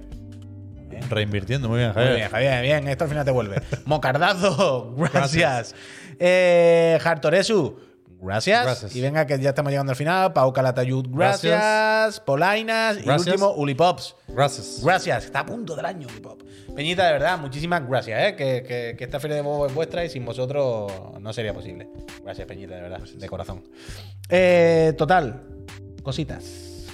B: Reinvirtiendo, muy bien, Javier.
C: muy bien, Javier, bien. Esto al final te vuelve. Mocardazo, gracias. Eh, Hartoresu, gracias.
B: Gracias.
C: Y venga, que ya estamos llegando al final. Pau Calatayud, gracias. Polainas.
B: Gracias.
C: Y último, Ulipops.
B: Gracias.
C: Gracias, está a punto del año, Pop. Peñita, de verdad, muchísimas gracias, ¿eh? que, que- que esta feria de bobo es vuestra y sin vosotros no sería posible. Gracias, Peñita, de verdad, de corazón. Eh, total, cositas,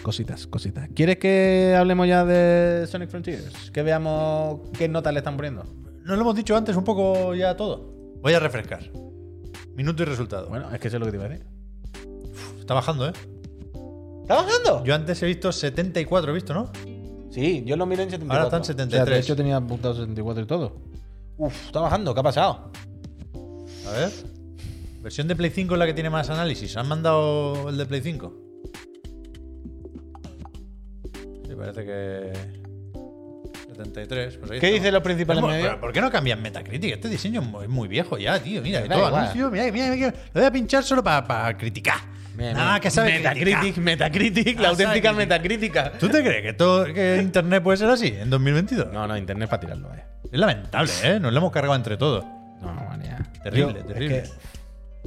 C: cositas, cositas. ¿Quieres que hablemos ya de Sonic Frontiers? Que veamos qué notas le están poniendo.
B: No lo hemos dicho antes un poco ya todo. Voy a refrescar. Minuto y resultado.
C: Bueno, es que eso es lo que te iba a decir.
B: Está bajando, ¿eh?
C: ¿Está bajando?
B: Yo antes he visto 74, he visto, ¿no?
C: sí, yo lo miré en 74.
B: Ahora están 73.
C: O sea, de hecho tenía apuntado 74 y todo. Uf, está bajando, ¿qué ha pasado?
B: A ver. Versión de Play 5 es la que tiene más análisis. ¿Han mandado el de Play 5? Sí, parece que. 73. Pues ahí
C: ¿Qué
B: estamos.
C: dicen los principales
B: Hemos-
C: medios?
B: pero ¿Por qué no cambian Metacritic? Este diseño es muy, muy viejo ya, tío. Mira, de
C: da
B: todo
C: igual.
B: anuncio. Mira, mira, mira. Lo voy a pinchar solo para criticar. Nada
C: Mira, mira.
B: más que sabe
C: Metacritic,
B: criticar.
C: Metacritic, la
B: Ah,
C: auténtica
B: sabe
C: Metacritica.
B: ¿Tú te crees que, todo, que Internet puede ser así en 2022?
C: No, no, internet para tirarlo, vaya.
B: Es lamentable, ¿eh? Nos lo hemos cargado entre todos.
C: No, manía.
B: Terrible,
C: Yo,
B: terrible.
C: es que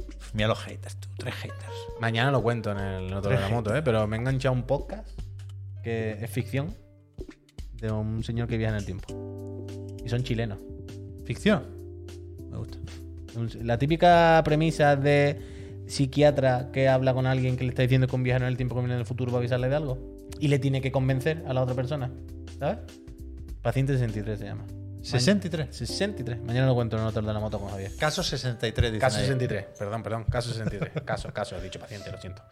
B: Uf, Mira los haters, tú, tres haters.
C: mañana lo cuento en el otro de la moto, ¿eh? Pero me he enganchado a un podcast que es ficción de un señor que viaja en el tiempo. Y son chilenos.
B: Ficción. Me gusta.
C: Un- La típica premisa de psiquiatra que habla con alguien que le está diciendo que un viajero en el tiempo que viene en el futuro va a avisarle de algo. Y le tiene que convencer a la otra persona. ¿Sabes? Paciente 63 se llama.
B: 63.
C: 63. Mañana lo cuento en el otro de la moto con Javier.
B: Caso 63, dicen
C: Caso
B: ahí.
C: 63, perdón, perdón, caso 63. Caso, caso, he dicho paciente, lo siento.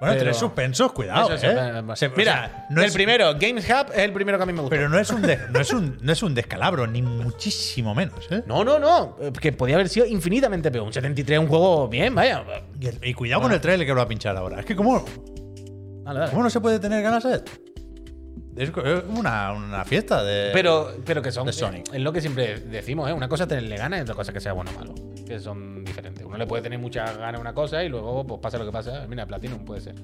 B: Bueno,
C: Pero-
B: tres suspensos, cuidado.
C: Eso, eso,
B: ¿eh?
C: eh,
B: Se- o
C: Mira,
B: sea, no
C: el
B: es,
C: primero, Games Hub es el primero que a mí me gusta.
B: Pero no es, un de- no, es un, no es un descalabro, ni muchísimo menos. ¿eh?
C: no, no, no, eh, que podía haber sido infinitamente peor. Un 73 es un juego bien, vaya. Vale,
B: Y, el- y cuidado con el trailer que lo va a pinchar ahora. Es que, ¿cómo,
C: vale.
B: cómo no se puede tener ganas de esto? Es co- es una, una fiesta de.
C: Pero, pero que son.
B: de Sonic.
C: Es lo que siempre decimos, ¿eh? Una cosa es tenerle ganas y otra cosa es que sea bueno o malo. Que son diferentes. Uno le puede tener muchas ganas a una cosa y luego, pues pasa lo que pasa. Mira, Platinum puede ser.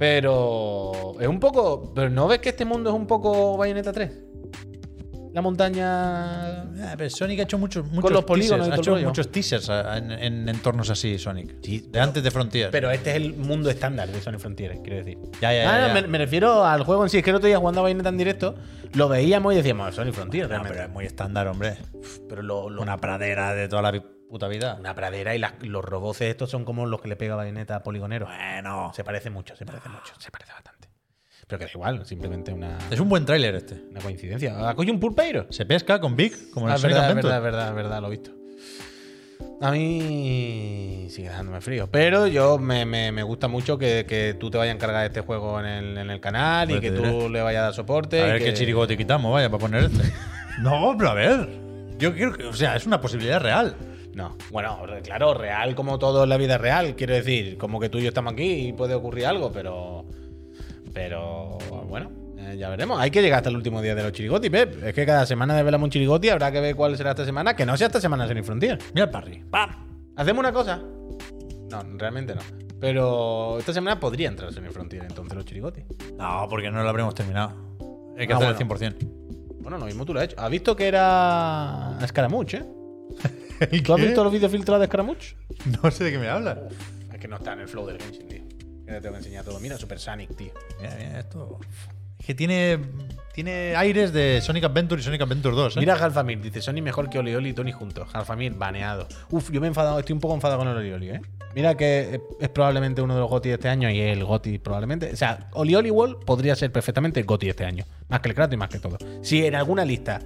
C: Pero. Es un poco. Pero ¿no ves que este mundo es un poco Bayonetta 3? La montaña.
B: Ah, pero Sonic ha hecho muchos, muchos
C: los polígonos
B: teasers, ha
C: y todo el
B: hecho
C: rollo.
B: muchos teasers ah, en, en entornos así, Sonic.
C: Sí,
B: de
C: pero-
B: antes de Frontier.
C: Pero este es el mundo estándar de Sonic Frontier, quiero decir.
B: Ya, ya,
C: Ah,
B: ya,
C: no,
B: ya.
C: Me, me refiero al juego en sí. Es que el otro día jugando a Bayonetta en directo, lo veíamos y decíamos, "Ah, Sonic Frontier,
B: No,
C: realmente.
B: Ah, pero es muy estándar, hombre.
C: pero lo- lo-
B: Una pradera de toda la vi- puta vida.
C: una pradera y las- los roboces estos son como los que le pega Bayonetta a Poligonero.
B: Bueno.
C: Se parece mucho, se
B: Ah.
C: parece mucho, se parece bastante. Pero que da igual, simplemente una,
B: Es un buen tráiler este.
C: una coincidencia. ¿Acoge un pulpeiro?
B: Se pesca con Big, como en
C: Ah,
B: el
C: es
B: Sonic
C: verdad, es
B: Adventure.
C: verdad, es verdad, es verdad, lo he visto. A mí sigue dejándome frío. Pero yo me, me- me gusta mucho que, que tú te vayas a encargar de este juego en el, en el canal
B: Pues
C: y que
B: te
C: tú
B: diré.
C: le vayas a dar soporte.
B: A
C: y
B: ver qué
C: que-
B: chirigote quitamos, vaya, para poner este. no, pero a ver. Yo quiero que. O sea, es una posibilidad real.
C: No. Bueno, re- claro, real como todo en la vida real, quiero decir. Como que tú y yo estamos aquí y puede ocurrir algo, pero. Pero. Bueno. eh, ya veremos. Hay que llegar hasta el último día de los chirigotis, Pep. Es que cada semana desvelamos un chirigoti. Habrá que ver cuál será esta semana. Que no sea esta semana Sonic Frontier.
B: Mira el parry. ¡Pam!
C: Hacemos una cosa. No, realmente no. Pero esta semana podría entrar Sonic Frontier entonces los chirigotis.
B: No, porque no lo habremos terminado. Hay que
C: Ah,
B: hacer
C: bueno.
B: el 100%.
C: Bueno, lo mismo tú lo has hecho. ¿Has visto que era Scaramouche, eh?
B: ¿El
C: ¿Tú has
B: qué?
C: visto los vídeos filtrados de Scaramouche?
B: No sé de qué me hablas.
C: Es que no está en el flow del Genshin, tío. Que te tengo que enseñar todo. Mira, Super Sonic, tío.
B: Mira, mira, esto. que tiene, tiene aires de Sonic Adventure y Sonic Adventure 2. ¿eh?
C: Mira a Alfamir, dice Sony mejor que Oli Oli y Tony juntos. Alfamir, baneado. Uf, yo me he enfadado, estoy un poco enfadado con el Oli Oli, ¿eh? Mira que es- es probablemente uno de los GOTI de este año y el GOTI probablemente. O sea, Oli Oli Wall podría ser perfectamente el GOTI de este año. Más que el Kratos y más que todo. Si en alguna lista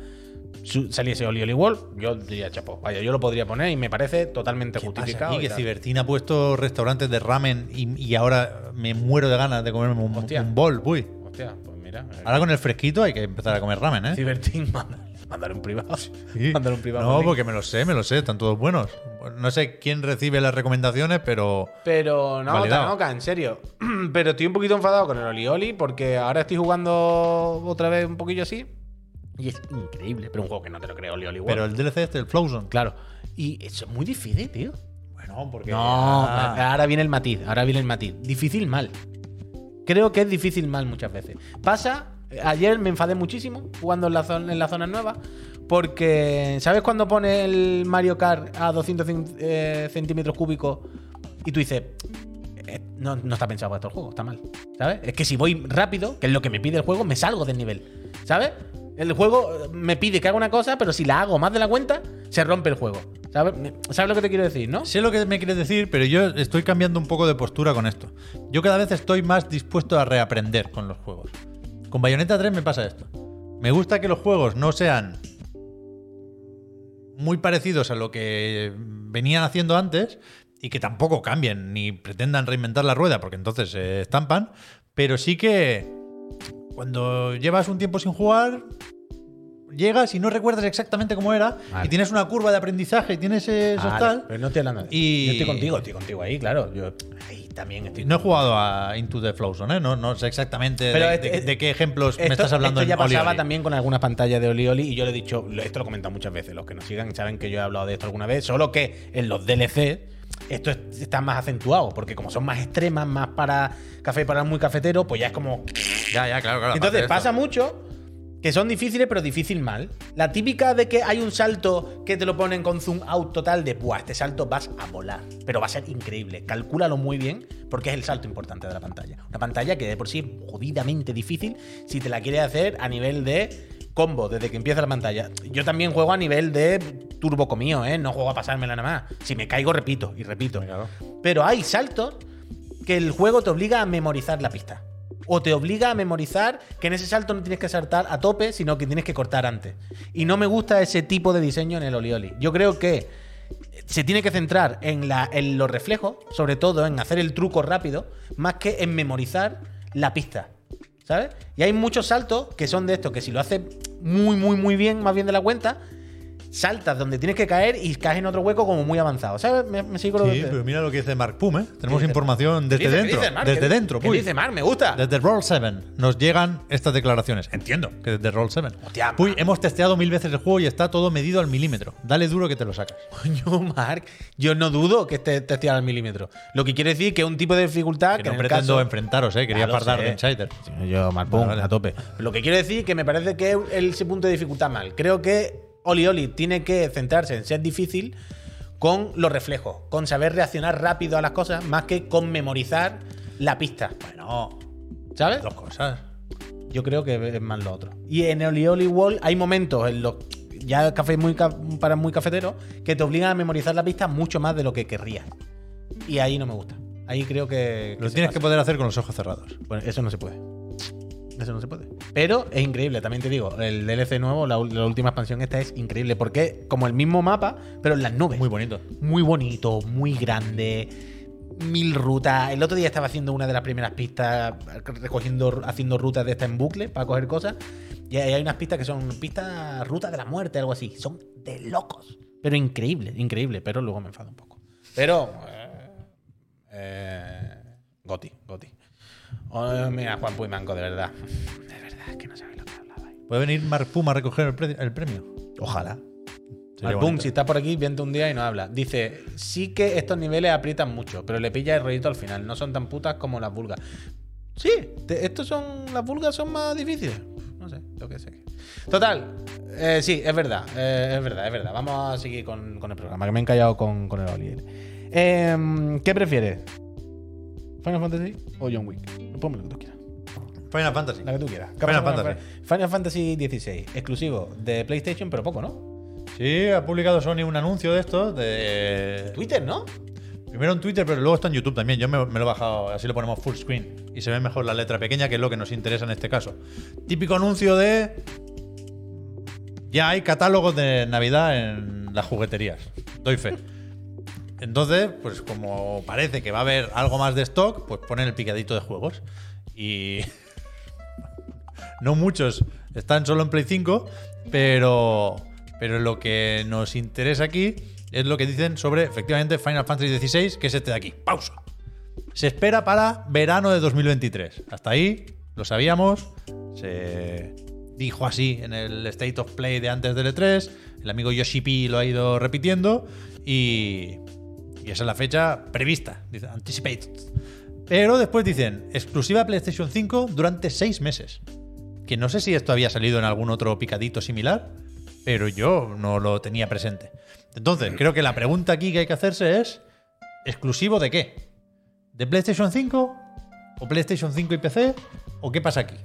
C: su- saliese Oli Oli Wall, yo diría chapó. Vaya, yo lo podría poner y me parece totalmente
B: ¿Qué pasa
C: justificado.
B: aquí?
C: y
B: que
C: tal.
B: Cibertín ha puesto restaurantes de ramen y, y ahora me muero de ganas de comerme un,
C: Hostia.
B: un bol. Uy.
C: Hostia, pues mira.
B: Ahora con el fresquito hay que empezar a comer ramen, ¿eh?
C: Ciberteam, manda- mándale un privado.
B: Sí.
C: Mándale un privado.
B: No,
C: Nick.
B: porque me lo sé, me lo sé, están todos buenos. No sé quién recibe las recomendaciones, pero
C: Pero no,
B: Validado.
C: Tanoka, en serio. Pero estoy un poquito enfadado con el Olioli porque ahora estoy jugando otra vez un poquillo así. Y es increíble, pero un juego que no te lo creo, Olioli.
B: pero el DLC este, el Flowzone.
C: claro. Y eso es muy difícil, tío.
B: Bueno, porque
C: No,
B: Ah,
C: ahora viene el matiz, ahora viene el matiz. Difícil mal. Creo que es difícil mal muchas veces. Pasa, ayer me enfadé muchísimo jugando en la zona, en la zona nueva, porque ¿sabes cuando pone el Mario Kart a 200 cen- eh, centímetros cúbicos y tú dices, eh, no, no está pensado para este juego, está mal. ¿Sabes? Es que si voy rápido, que es lo que me pide el juego, me salgo del nivel. ¿Sabes? El juego eh, me pide que haga una cosa, pero si la hago más de la cuenta, se rompe el juego. ¿Sabes? ¿Sabes lo que te quiero decir, no?
B: Sé lo que me quieres decir, pero yo estoy cambiando un poco de postura con esto. Yo cada vez estoy más dispuesto a reaprender con los juegos. Con Bayonetta 3 me pasa esto. Me gusta que los juegos no sean muy parecidos a lo que venían haciendo antes y que tampoco cambien ni pretendan reinventar la rueda porque entonces se estampan, pero sí que cuando llevas un tiempo sin jugar llegas y no recuerdas exactamente cómo era
C: Vale.
B: y tienes una curva de aprendizaje y tienes esos
C: Vale,
B: tal
C: Pero no estoy hablando de
B: Y-
C: Yo estoy contigo, estoy contigo ahí, claro. Yo ahí también estoy.
B: No he jugado a Into the Flowzone, ¿eh? No, no sé exactamente
C: Pero
B: de,
C: este-
B: de- de qué ejemplos
C: Esto-
B: me estás hablando
C: esto ya
B: en Oli
C: pasaba
B: Oli.
C: también con algunas pantallas de Oli Oli y yo le he dicho, esto lo he comentado muchas veces, los que nos sigan saben que yo he hablado de esto alguna vez, solo que en los DLC esto es- está más acentuado, porque como son más extremas, más para café para el muy cafetero, pues ya es como
B: Ya, ya, claro, claro. aparte de
C: Entonces
B: esto.
C: pasa mucho que son difíciles, pero difícil mal. La típica de que hay un salto que te lo ponen con zoom out total de, buah, este salto vas a volar, pero va a ser increíble. Calcúlalo muy bien porque es el salto importante de la pantalla. Una pantalla que de por sí es jodidamente difícil si te la quieres hacer a nivel de combo desde que empieza la pantalla. Yo también juego a nivel de turbo comío, ¿eh? No juego a pasármela nada más. Si me caigo, repito y repito. Pero hay saltos que el juego te obliga a memorizar la pista. O te obliga a memorizar que en ese salto no tienes que saltar a tope, sino que tienes que cortar antes. Y no me gusta ese tipo de diseño en el Olioli. Yo creo que se tiene que centrar en, la- en los reflejos, sobre todo en hacer el truco rápido, más que en memorizar la pista. ¿Sabes? Y hay muchos saltos que son de estos, que si lo haces muy, muy, muy bien, más bien de la cuenta, saltas donde tienes que caer y caes en otro hueco como muy avanzado. ¿Sabes? Me, me sigo lo
B: Sí,
C: que-
B: pero mira lo que dice Mark Pum, ¿eh? Tenemos
C: dice-
B: información
C: ¿Qué
B: desde
C: dice- qué
B: dentro.
C: dice Mar?
B: desde
C: ¿Qué-
B: dentro,
C: ¿Qué
B: uy.
C: dice Mar? Me gusta.
B: Desde Roll 7 nos llegan estas declaraciones. Entiendo que desde Roll 7.
C: Hostia,
B: Uy,
C: Mar.
B: hemos testeado mil veces el juego y está todo medido al milímetro. Dale duro que te lo sacas.
C: Ah, Coño, Mark, yo no dudo que este, esté testeado al milímetro. Lo que quiere decir que es un tipo de dificultad
B: Que
C: que,
B: no
C: en el
B: pretendo
C: caso-
B: enfrentaros, ¿eh? Quería
C: Ya lo
B: fardar
C: sé.
B: de Insider.
C: Sí, Yo, Mark, pum,
B: Vale, vale.
C: a tope. Lo que quiero decir que me parece que es ese punto de dificultad mal. Creo que Oli Oli tiene que centrarse en ser difícil con los reflejos, con saber reaccionar rápido a las cosas, más que con memorizar la pista.
B: Bueno,
C: ¿Sabes?
B: dos cosas.
C: Yo creo que es más lo otro. Y en Oli Oli Wall hay momentos en los ya café muy ca- para muy cafetero que te obligan a memorizar la pista mucho más de lo que querrías. Y ahí no me gusta. Ahí creo que.
B: Lo
C: se
B: tienes
C: pasa.
B: que poder hacer con los ojos cerrados.
C: Bueno, eso no se puede. Eso no se puede. Pero es increíble, también te digo, el DLC nuevo, la, ul- la última expansión esta es increíble, porque es como el mismo mapa, pero en las nubes.
B: Muy bonito.
C: Muy bonito, muy grande, mil rutas. El otro día estaba haciendo una de las primeras pistas, recogiendo, haciendo rutas de esta en bucle para coger cosas. Y hay hay unas pistas que son pistas, rutas de la muerte, algo así. Son de locos. Pero increíble, increíble. Pero luego me enfado un poco. Pero... eh, eh, Goti, Goti. Oh, mira, Juan Puimanco, de verdad. De verdad, es que no sabes lo que hablaba.
B: Puede venir Mark Pum a recoger el, pre- el premio.
C: Ojalá.
B: Sería
C: Al
B: bonito.
C: Punk, si está por aquí, viente un día y no habla. Dice, sí que estos niveles aprietan mucho, pero le pilla el rollito al final. No son tan putas como las vulgas. Sí, te- estos son. Las vulgas son más difíciles. No sé, lo que sé. Total, eh, sí, es verdad, eh, es verdad, es verdad. Vamos a seguir con, con el programa, que me he encallado con, con el Oliver. Em, ¿Qué prefieres? ¿Final Fantasy o John Wick? Pónmelo que tú quieras.
B: Final Fantasy.
C: La que tú quieras. ¿Qué
B: Final
C: pasa con
B: Fantasy.
C: el- Final Fantasy XVI, exclusivo de PlayStation, pero poco, ¿no?
B: Sí, ha publicado Sony un anuncio de esto. De...
C: Twitter, ¿no?
B: Primero en Twitter, pero luego está en YouTube también. Yo me, me lo he bajado, así lo ponemos full screen. Y se ve mejor la letra pequeña, que es lo que nos interesa en este caso. Típico anuncio de. Ya hay catálogos de Navidad en las jugueterías. Doy fe. Entonces, pues como parece que va a haber algo más de stock, pues ponen el picadito de juegos. Y. no muchos están solo en Play 5, pero, pero lo que nos interesa aquí es lo que dicen sobre efectivamente Final Fantasy XVI, que es este de aquí. Pausa. Se espera para verano de 2023. Hasta ahí lo sabíamos. Se dijo así en el State of Play de antes del E3. El amigo Yoshipi lo ha ido repitiendo. Y, y esa es la fecha prevista. Dice anticipated. Pero después dicen exclusiva PlayStation 5 durante seis meses. Que no sé si esto había salido en algún otro picadito similar, pero yo no lo tenía presente. Entonces, creo que la pregunta aquí que hay que hacerse es: ¿exclusivo de qué? ¿De PlayStation 5? ¿O PlayStation 5 y PC? ¿O qué pasa aquí?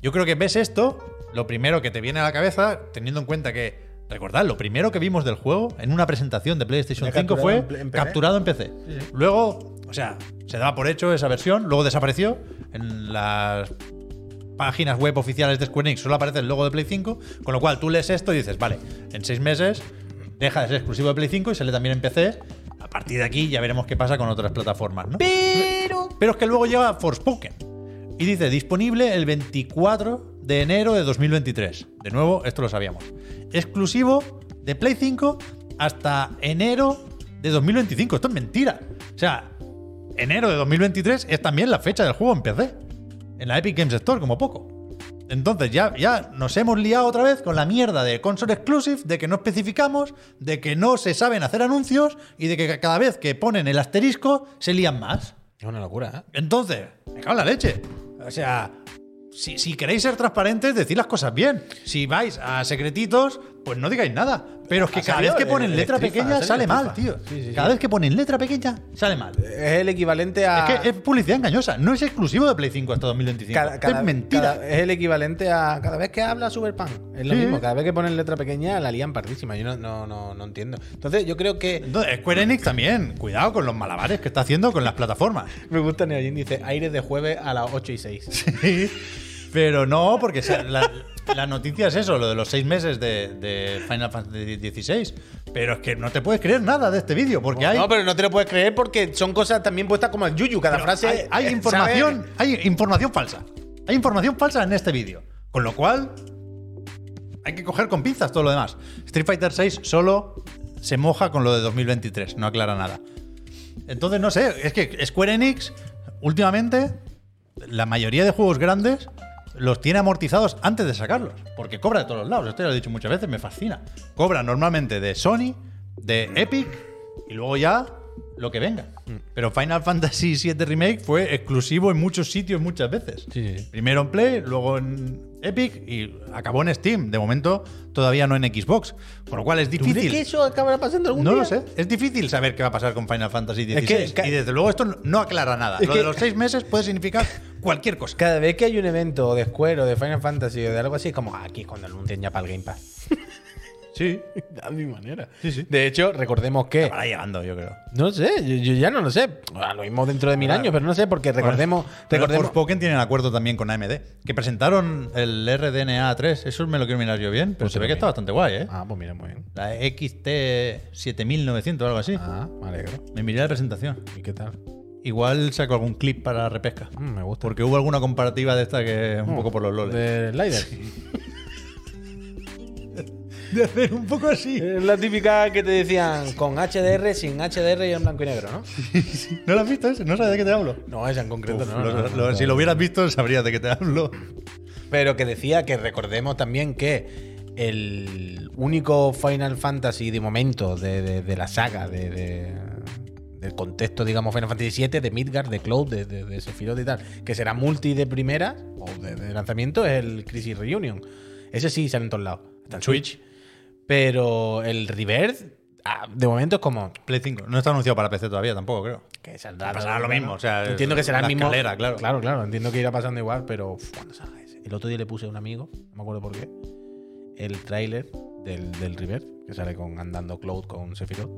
B: Yo creo que ves esto, lo primero que te viene a la cabeza, teniendo en cuenta que, recordad, lo primero que vimos del juego en una presentación de PlayStation
C: Ya
B: 5
C: capturado
B: fue
C: en pl- en PC.
B: capturado en PC. Luego, o sea, se daba por hecho esa versión, luego desapareció en las páginas web oficiales de Square Enix solo aparece el logo de Play 5, con lo cual tú lees esto y dices, vale, en seis meses deja de ser exclusivo de Play 5 y sale también en PC. A partir de aquí ya veremos qué pasa con otras plataformas, ¿no? Pero... Pero es que luego llega Forspoken y dice, disponible el 24 de enero de 2023. De nuevo, esto lo sabíamos. Exclusivo de Play 5 hasta enero de 2025. Esto es mentira. O sea, enero de 2023 es también la fecha del juego en PC en la Epic Games Store, como poco. Entonces ya, ya nos hemos liado otra vez con la mierda de console exclusive, de que no especificamos, de que no se saben hacer anuncios y de que cada vez que ponen el asterisco se lían más.
C: Es una locura, ¿eh?
B: Entonces, me cago en la leche. O sea, si, si queréis ser transparentes, decid las cosas bien. Si vais a secretitos, pues no digáis nada. Pero es que
C: Ha
B: cada
C: salido
B: vez que
C: el-
B: ponen
C: el
B: letra
C: estrifa, ha
B: pequeña
C: salido
B: sale
C: el estrifa.
B: mal, tío.
C: Sí, sí, Ah. sí.
B: Cada vez que ponen letra pequeña sale mal.
C: Es el equivalente a.
B: Es que es publicidad engañosa, no es exclusivo de Play 5 hasta 2025.
C: Cada- cada-
B: es mentira.
C: cada- es el equivalente a cada vez que habla Superpan. Es lo
B: Sí.
C: mismo. Cada vez que ponen letra pequeña la lían pardísima. Yo no, no, no, no entiendo. Entonces, yo creo que.
B: Entonces, Square Enix también, cuidado con los malabares que está haciendo con las plataformas.
C: Me gusta Neojin, dice aires de jueves a las 8 y 6.
B: Sí, Pero no, porque se- la, la noticia es eso, lo de los seis meses de, de Final Fantasy XVI. Pero es que no te puedes creer nada de este vídeo, porque hay,
C: No, pero no te lo puedes creer porque son cosas también puestas como el Yuyu. Cada frase.
B: hay, hay
C: eh,
B: información, hay información falsa. Hay información falsa en este vídeo. Con lo cual, hay que coger con pinzas todo lo demás. Street Fighter VI solo se moja con lo de 2023, no aclara nada. Entonces, no sé, es que Square Enix, últimamente, la mayoría de juegos grandes los tiene amortizados antes de sacarlos, porque cobra de todos lados, esto ya lo he dicho muchas veces, me fascina. Cobra normalmente de Sony, de Epic y luego ya lo que venga.
C: Mm.
B: Pero Final Fantasy VII Remake fue exclusivo en muchos sitios muchas veces.
C: Sí, sí, sí.
B: Primero en Play, luego en Epic y acabó en Steam. De momento todavía no en Xbox, con lo cual es
C: ¿Tú crees
B: difícil.
C: que eso acabará pasando algún
B: No
C: día?
B: lo sé. Es difícil saber qué va a pasar con Final Fantasy XVI.
C: Es que- ca-
B: y desde luego esto no- no aclara nada.
C: Es
B: Lo de
C: que-
B: los seis meses puede significar cualquier cosa.
C: Cada vez que hay un evento de Square o de Final Fantasy o de algo así, es como "Ah, aquí es cuando anuncian ya para el Game Pass.
B: Sí.
C: A mi manera.
B: Sí, sí.
C: De hecho, recordemos que.
B: Para llegando, yo creo.
C: No sé, yo, yo ya no lo sé. A Lo mismo dentro de mil
B: Claro.
C: años, pero no sé, porque recordemos. recordemos
B: Pokémon tienen acuerdo también con AMD. Que presentaron el RDNA 3. Eso me lo quiero mirar yo bien. Pero
C: Pues
B: se ve que
C: también.
B: está bastante guay, ¿eh?
C: ah, pues mira, muy bien.
B: La XT7900 o algo así.
C: Ah, me alegro.
B: Me miré la presentación.
C: ¿Y qué tal?
B: Igual saco algún clip para repesca.
C: Mm, me gusta.
B: Porque hubo alguna comparativa de esta que un
C: Mm,
B: poco por los loles.
C: De Slider.
B: de hacer un poco así.
C: Es la típica que te decían con HDR, sin HDR y en blanco y negro, ¿no?
B: ¿No lo has visto ese? ¿No sabes de qué te hablo?
C: No, esa en concreto
B: Uf,
C: no.
B: lo-
C: no, no,
B: lo-
C: no.
B: si lo hubieras visto, sabrías de qué te hablo.
C: Pero que decía que recordemos también que el único Final Fantasy de momento de, de- de la saga, de, de- del contexto, digamos, Final Fantasy VII, de Midgard, de Cloud, de, de, de Sephiroth y tal, que será multi de primera o de, de lanzamiento, es el Crisis Reunion. Ese sí sale en todos lados. Está en Switch. Pero el Rebirth ah, de momento es como
B: Play 5. No está anunciado para PC todavía tampoco, creo.
C: que saldrá.
B: Pasará lo
C: ¿no?
B: mismo, o sea,
C: Ah, entiendo
B: es
C: que será el
B: la
C: mismo.
B: escalera, claro.
C: claro, claro, Entiendo que irá pasando igual, pero uf, cuando salga ese. El otro día le puse a un amigo, no me acuerdo por qué, el tráiler del, del River, que sale con andando Cloud con Sephiroth.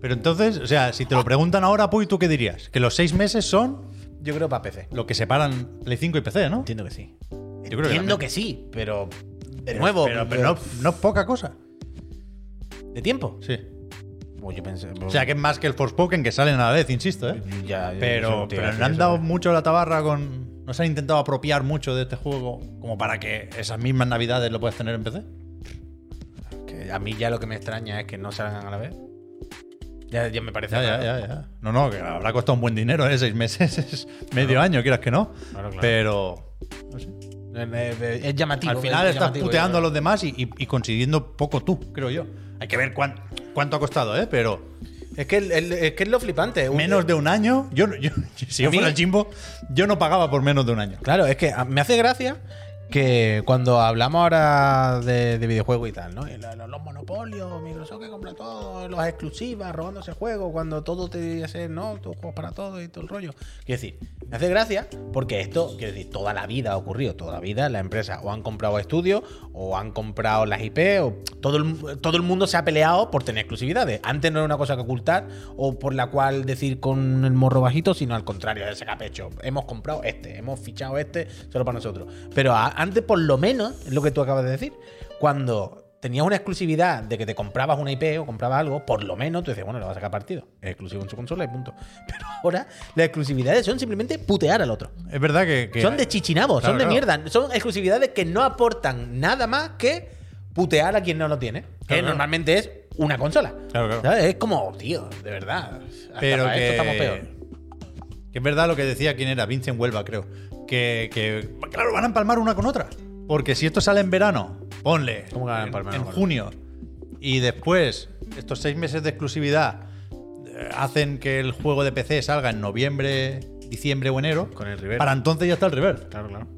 B: Pero entonces, o sea, si te lo preguntan ahora, Puy, ¿tú qué dirías? Que los seis meses son
C: Yo creo para PC.
B: lo que separan Play 5 y PC, ¿no?
C: Entiendo que sí.
B: creo que
C: Entiendo
B: también.
C: que, sí, pero de nuevo,
B: Pero, pero no, no es poca cosa.
C: de tiempo.
B: Sí.
C: Pues yo pensé,
B: O sea, que es más que el Forspoken que salen a la vez, insisto, ¿eh?
C: ya-
B: Pero,
C: yo te iba
B: pero
C: a decir
B: le han
C: eso,
B: dado
C: pero-
B: mucho la tabarra con. No se han intentado apropiar mucho de este juego como para que esas mismas navidades lo puedas tener en PC.
C: que a mí ya lo que me extraña es que no salgan a la vez. Ya, ya me parece
B: Ya, ya,
C: raro.
B: ya, ya. No, no, que habrá costado un buen dinero, ¿eh? Seis meses, es medio año, quieras que no.
C: Claro, claro.
B: Pero. no sé.
C: Eh, eh, Es llamativo.
B: Al
C: es
B: final estás
C: llamativo, yo
B: puteando a
C: creo.
B: los demás y, y- y consiguiendo poco tú, creo yo. Hay que ver cuán- cuánto ha costado, ¿eh? Pero
C: Es que, el- el- es que es lo flipante. un-
B: menos de un año. Yo, yo- si
C: A
B: yo
C: mí-
B: fuera el Jimbo, yo no pagaba por menos de un año.
C: Claro, es que a- me hace gracia que cuando hablamos ahora de, de videojuegos y tal, ¿no? Y lo- lo- los monopolios, Microsoft que compra todo, las exclusivas, robándose juegos, cuando todo te hace, ¿no? Todos juegos para todo y todo el rollo. Quiero decir, me hace gracia porque esto, quiero decir, toda la vida ha ocurrido, toda la vida las empresas o han comprado estudios o han comprado las IP, o todo el, todo el mundo se ha peleado por tener exclusividades. Antes no era una cosa que ocultar o por la cual decir con el morro bajito, sino al contrario, de sacar pecho. Hemos comprado este, hemos fichado este solo para nosotros. Pero a- antes, por lo menos, es lo que tú acabas de decir, cuando tenías una exclusividad de que te comprabas una IP o comprabas algo, por lo menos tú decías, bueno, le vas a sacar partido. Es exclusivo en su consola y punto. Pero ahora las exclusividades son simplemente putear al otro.
B: Es verdad que. que-
C: Son de chichinabos,
B: Claro,
C: son de
B: claro.
C: mierda. Son exclusividades que no aportan nada más que putear a quien no lo tiene. que
B: claro.
C: normalmente es una consola.
B: Claro, claro.
C: ¿Sabes? Es como, tío, de verdad. hasta
B: Pero
C: para
B: que,
C: esto estamos peor.
B: que es verdad lo que decía quién era, Vincent Huelva, creo. Que, que, claro, van a empalmar una con otra. Porque si esto sale en verano, ponle
C: ¿Cómo que van a
B: en-
C: empalmar
B: en,
C: una con otra?
B: junio, y después estos seis meses de exclusividad eh, hacen que el juego de PC salga en noviembre, diciembre o enero,
C: Con el reverse.
B: para entonces ya está el reverse.
C: Claro, claro.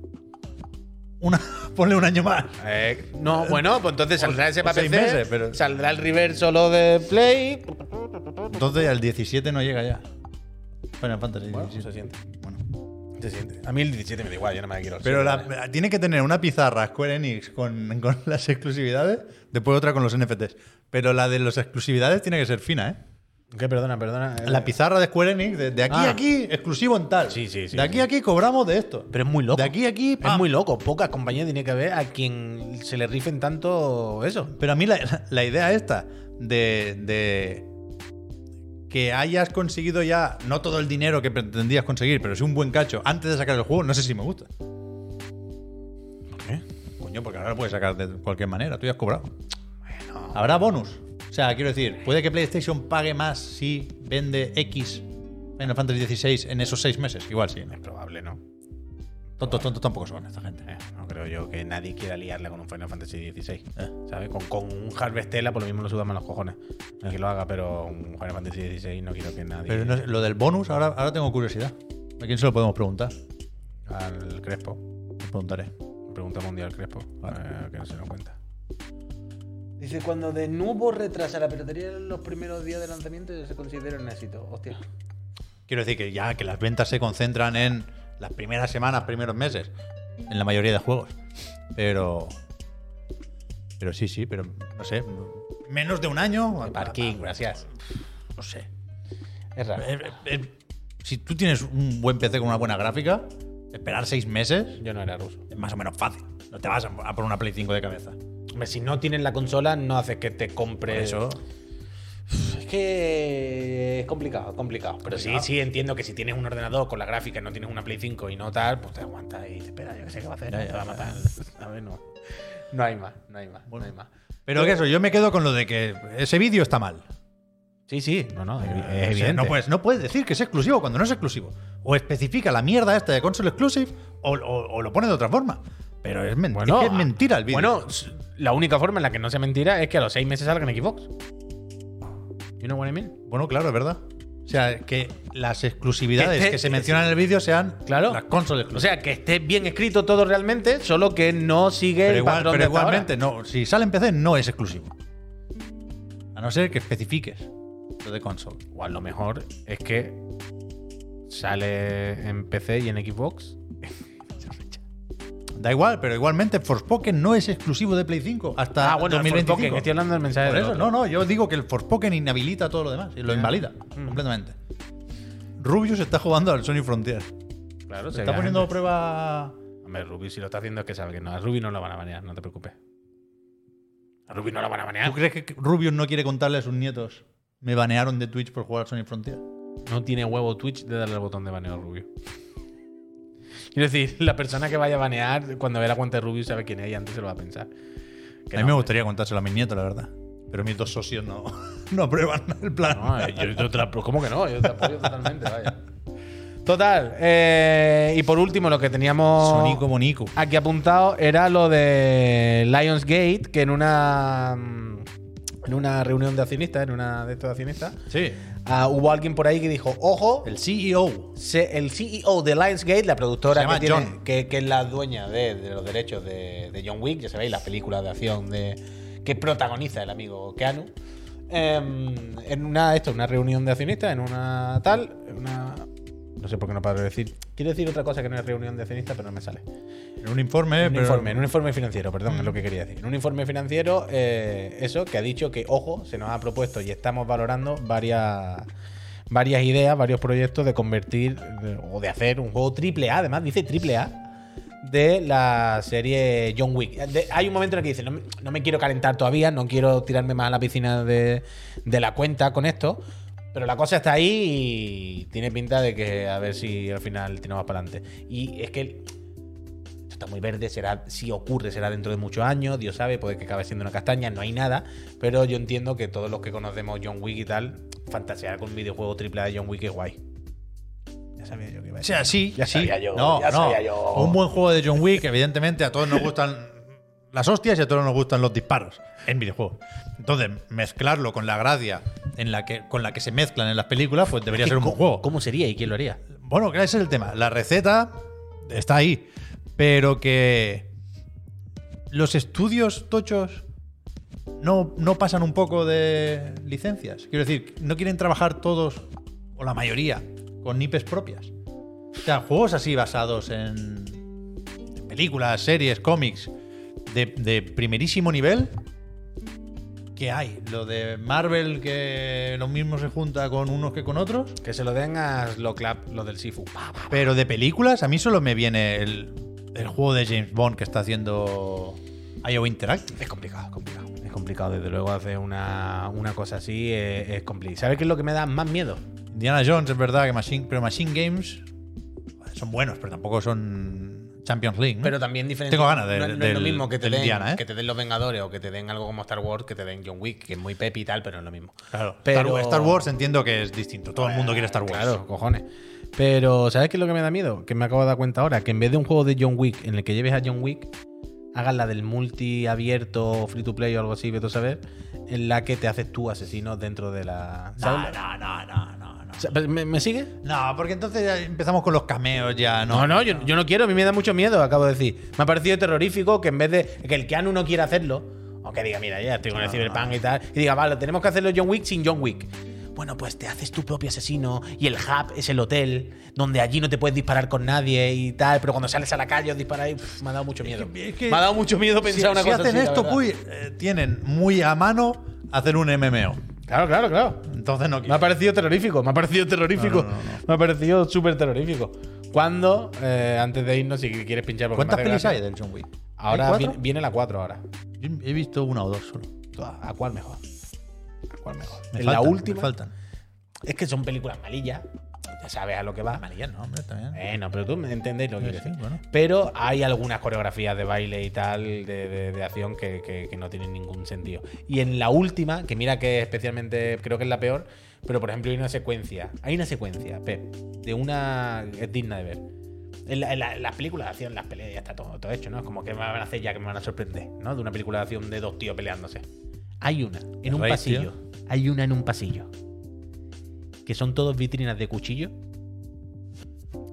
B: Una, ponle un año más.
C: Eh, no, bueno, pues entonces saldrá ese
B: o seis
C: papel.
B: meses, pero- Pues
C: Saldrá el River solo de Play.
B: Entonces al 17 no llega ya. Final Fantasy
C: Bueno,
B: 17.
C: pues se siente.
B: Bueno.
C: Se siente. A mí el 17 me da igual, yo no me la quiero.
B: Pero
C: saber,
B: la-
C: ¿eh?
B: la- tiene que tener una pizarra Square Enix con, con las exclusividades, después otra con los NFTs. Pero la de las exclusividades tiene que ser fina, ¿eh?
C: ¿Qué? Perdona, perdona. eh,
B: La pizarra de Square Enix, de, de aquí
C: Ah.
B: a aquí, exclusivo en tal.
C: Sí, sí, sí,
B: De aquí
C: sí.
B: a aquí cobramos de esto.
C: Pero es muy loco.
B: De aquí Ah. a aquí.
C: Es
B: pam.
C: muy loco. Pocas compañías tiene que ver a quien se le rifen tanto eso.
B: Pero a mí la, la idea esta de, de que hayas conseguido ya no todo el dinero que pretendías conseguir, pero sí un buen cacho antes de sacar el juego, no sé si me gusta.
C: qué?
B: Coño, porque ahora lo puedes sacar de cualquier manera, tú ya has cobrado. Habrá bonus. O sea, quiero decir, puede que PlayStation pague más si vende X Final Fantasy XVI en esos seis meses. Igual sí. ¿no?
C: Es probable, ¿no?
B: Tontos, tontos tampoco son esta gente.
C: Eh, no creo yo que nadie quiera liarla con un Final Fantasy XVI.
B: Eh.
C: ¿Sabes? Con, con un Harvestella por lo mismo lo sudan los cojones. El que lo haga, pero un Final Fantasy XVI no quiero que nadie.
B: Pero no sé, lo del bonus, ahora, ahora tengo curiosidad. ¿A quién se lo podemos preguntar?
C: Al Crespo.
B: Le preguntaré.
C: Pregunta mundial al Crespo.
B: Vale.
C: eh, que no se nos cuenta.
A: Dice, cuando de nuevo retrasa la pelotería en los primeros días de lanzamiento, se considera un éxito. Hostia.
B: Quiero decir que ya que las ventas se concentran en las primeras semanas, primeros meses, en la mayoría de juegos. Pero. Pero sí, sí, pero no sé. Menos de un año.
C: Parking, gracias.
B: No sé.
C: Ah, Es raro.
B: Eh, eh, eh, si tú tienes un buen PC con una buena gráfica, esperar seis meses
C: Yo no era ruso.
B: es más o menos fácil. No te vas a, a por una Play 5 de cabeza.
C: Hombre, si no tienes la consola, no haces que te
B: Por
C: compres.
B: eso.
C: Es que es complicado, es complicado. Pero sí,
B: Complicado.
C: sí, entiendo que si tienes un ordenador con la gráfica y no tienes una Play 5 y no tal, pues te aguantas y te esperas. Yo qué sé qué va a hacer,
B: Ya,
C: no
B: ya,
C: te va a
B: ya.
C: matar. A ver, no. No hay más, no hay más,
B: Bueno.
C: no hay más.
B: Pero que eso, yo me quedo con lo de que ese vídeo está mal.
C: Sí, sí, no, no, es,
B: Eh, O sea, no, puedes, no puedes decir que es exclusivo cuando no es exclusivo. O especifica la mierda esta de console exclusive o, o- o lo pone de otra forma. Pero es, men- es que es mentira el vídeo.
C: Bueno, s- la única forma en la que no sea mentira es que a los seis meses salga en Xbox. You know what I mean?
B: Bueno, claro, es verdad. O sea, que las exclusividades
C: Este-
B: que se mencionan en el vídeo sean
C: Claro.
B: las consoles
C: O
B: exclusivas.
C: sea, que esté bien escrito todo realmente, solo que no sigue
B: Pero,
C: el
B: igual-
C: patrón
B: pero
C: de hasta ahora.
B: igualmente, no, si sale en PC no es exclusivo. A no ser que especifiques lo de console.
C: Igual lo mejor es que sale en PC y en Xbox.
B: Da igual, pero igualmente Forspoken no es exclusivo de Play 5 hasta
C: ah, bueno, el
B: 2025.
C: Forspoken, estoy hablando del mensaje
B: Por
C: del
B: eso,
C: otro.
B: no, no, yo digo que el Forspoken inhabilita todo lo demás y lo invalida
C: Mm.
B: completamente. Rubius está jugando al Sony Frontier.
C: Claro,
B: Se está poniendo a prueba.
C: Hombre, Ruby si lo está haciendo es que sabe que no. A Ruby no lo van a banear, no te preocupes. A Ruby no lo van a banear.
B: ¿Tú crees que Rubius no quiere contarle a sus nietos? Me banearon de Twitch por jugar al Sony Frontier.
C: No tiene huevo Twitch de darle al botón de baneo a Rubio. Quiero decir, la persona que vaya a banear, cuando vea la cuenta de Rubio, sabe quién es y antes se lo va a pensar. Que
B: a mí
C: no,
B: me gustaría contárselo a mis nietos, la verdad. Pero mis dos socios no, no aprueban el plan.
C: No, eh, yo, yo te la- ¿Cómo que no? Yo te apoyo totalmente, vaya. Total. eh, y por último, lo que teníamos.
B: Sonico Bonico.
C: aquí apuntado era lo de Lionsgate, que en una mm, en una reunión de accionistas, en una de estos accionistas,
B: Sí.
C: ah, hubo alguien por ahí que dijo, ojo,
B: El CEO.
C: se- el CEO de Lionsgate, la
B: Se
C: productora
B: llama
C: que, tiene-
B: John.
C: que, que es la dueña de, de los derechos de, de John Wick, ya sabéis, la película de acción de, que protagoniza el amigo Keanu. em, en una, esto, una reunión de accionistas, en una tal, en una, no sé por qué no puedo decir. Quiero decir otra cosa que no es reunión de accionistas, pero no me sale.
B: En un informe,
C: En un
B: pero-
C: informe, en un informe financiero, perdón, es lo que quería decir. En un informe financiero, eh, eso, que ha dicho que, ojo, se nos ha propuesto y estamos valorando varias, varias ideas, varios proyectos de convertir eh, o de hacer un juego triple A, además dice triple A, de la serie John Wick. De- hay un momento en el que dice, no, me- no me quiero calentar todavía, no quiero tirarme más a la piscina de, de la cuenta con esto. Pero la cosa está ahí y tiene pinta de que a ver si al final tiramos para adelante. Y es que esto está muy verde, será, si ocurre, será dentro de muchos años, Dios sabe, puede que acabe siendo una castaña, no hay nada, pero yo entiendo que todos los que conocemos John Wick y tal, fantasear con un videojuego triple A de John Wick es guay. Ya sabía yo que iba a
B: O
C: decir.
B: sea, sí,
C: Ya
B: sí.
C: sabía yo,
B: no,
C: ya
B: no.
C: sabía yo.
B: Un buen juego de John Wick, evidentemente, a todos nos gustan las hostias y a todos nos gustan los disparos en videojuegos. Entonces, mezclarlo con la gracia en la que, con la que se mezclan en las películas, pues debería
C: Es que
B: ser un buen
C: ¿cómo-
B: juego.
C: ¿Cómo sería y quién lo haría?
B: Bueno, claro, ese es el tema. La receta está ahí. Pero que los estudios tochos no, no pasan un poco de licencias. Quiero decir, no quieren trabajar todos, o la mayoría, con nipes propias. O sea, juegos así basados en películas, series, cómics de, de primerísimo nivel. ¿Qué hay? Lo de Marvel que lo mismo se junta con unos que con otros.
C: Que se lo den a lo clap, lo del Sifu. Pa, pa.
B: Pero de películas, a mí solo me viene el, el juego de James Bond que está haciendo IO Interactive.
C: Es complicado, es complicado. Es complicado, desde luego, hacer una, una cosa así eh, es, es complicado. ¿Sabes qué es lo que me da más miedo?
B: Indiana Jones, es verdad, que Machine, pero Machine Games son buenos, pero tampoco son Champions League. ¿no?
C: Pero también diferente.
B: Tengo ganas de-
C: no, no es
B: del-
C: lo mismo que te,
B: del
C: den,
B: Diana, ¿eh?
C: que te den los Vengadores o que te den algo como Star Wars, que te den John Wick, que es muy pepi y tal, pero no es lo mismo.
B: claro,
C: pero-
B: Star, Star Wars entiendo que es distinto. Todo el mundo quiere Star Wars.
C: Claro, cojones. Pero, ¿sabes qué es lo que me da miedo? Que me acabo de dar cuenta ahora, que en vez de un juego de John Wick en el que lleves a John Wick, hagas la del multi abierto, free to play o algo así, vete a saber, en la que te haces tú asesino dentro de la.
B: No,
C: ¿sabes?
B: no, no, no, no. no.
C: O sea, ¿Me, me sigue?
B: No, porque entonces ya empezamos con los cameos ya, ¿no?
C: No, no, yo, yo no quiero, a mí me da mucho miedo, acabo de decir. Me ha parecido terrorífico que en vez de que el Keanu no quiera hacerlo, o que diga, mira, ya estoy con el
B: No,
C: Cyberpunk y tal, y diga, vale, tenemos que hacerlo John Wick sin John Wick. Bueno, pues te haces tu propio asesino y el hub es el hotel donde allí no te puedes disparar con nadie y tal, pero cuando sales a la calle os disparáis. Uf, me ha dado mucho miedo.
B: es que-
C: me ha dado mucho miedo
B: Si,
C: pensar una
B: si
C: cosa
B: hacen
C: así, la
B: esto,
C: verdad.
B: Puy, eh, tienen muy a mano hacer un MMO.
C: Claro, claro, claro.
B: Entonces no
C: Me ha
B: quiero.
C: parecido terrorífico, me ha parecido terrorífico.
B: No, no, no,
C: Me ha parecido súper terrorífico. Cuando, eh, antes de irnos, si quieres pinchar por
B: ¿Cuántas pelis hay del John Wick? ¿Hay
C: Ahora
B: cuatro?
C: viene, viene la 4 ahora.
B: Yo he visto una o dos solo.
C: ¿A cuál mejor? ¿A cuál mejor?
B: Me
C: Ah, En
B: faltan,
C: la
B: me
C: última.
B: faltan.
C: Es que son películas malillas. Ya sabes a lo que va.
B: Amarillas Eh, no, hombre, también.
C: Bueno, pero tú me entendéis Eh, lo que
B: Sí,
C: quiero
B: sí,
C: decir.
B: bueno.
C: Pero hay algunas coreografías de baile y tal, de, de- de acción, que, que- que no tienen ningún sentido. Y en la última, que mira que especialmente creo que es la peor, pero por ejemplo hay una secuencia. Hay una secuencia, Pep, de una. es digna de ver. En, la- en la- en las películas de acción, las peleas, ya está todo, todo hecho, ¿no? Es como que me van a hacer ya que me van a sorprender, ¿no? De una película de acción de dos tíos peleándose. Hay una, en un
B: Raid,
C: pasillo. Hay una en un pasillo. Que son todos vitrinas de cuchillo.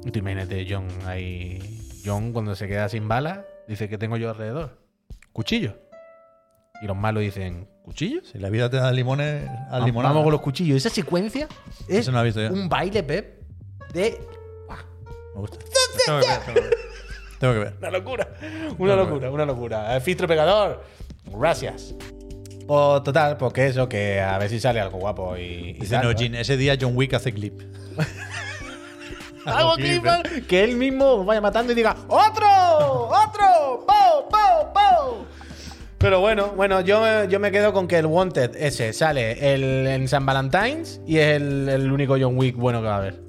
C: Y Tú imagínate, John ahí. John, cuando se queda sin bala, dice que tengo yo alrededor. Cuchillo. Y los malos dicen, ¿cuchillos?
B: Si la vida te da limones, al
C: Vamos-
B: limonada.
C: Ah, Vamos con los cuchillos. Esa secuencia es
B: Eso no lo he visto yo.
C: un baile, Pep, de
B: Me gusta. Tengo que ver, tengo que ver. Tengo que ver.
C: Una locura. Una locura, una locura. Eh, Filtro pegador. Gracias. Pues total, pues que eso, que a ver si sale algo guapo y. y
B: Dice,
C: tal,
B: no,
C: ¿no?
B: Jin, ese día John Wick hace clip.
C: Hago clip, ¿eh? que él mismo vaya matando y diga ¡Otro! ¡Otro! ¡Pow! ¡Pow! ¡Pow! Pero bueno, bueno, yo, me- yo me quedo con que el Wanted ese sale el, en San Valentine's y es el, el único John Wick bueno que va a haber.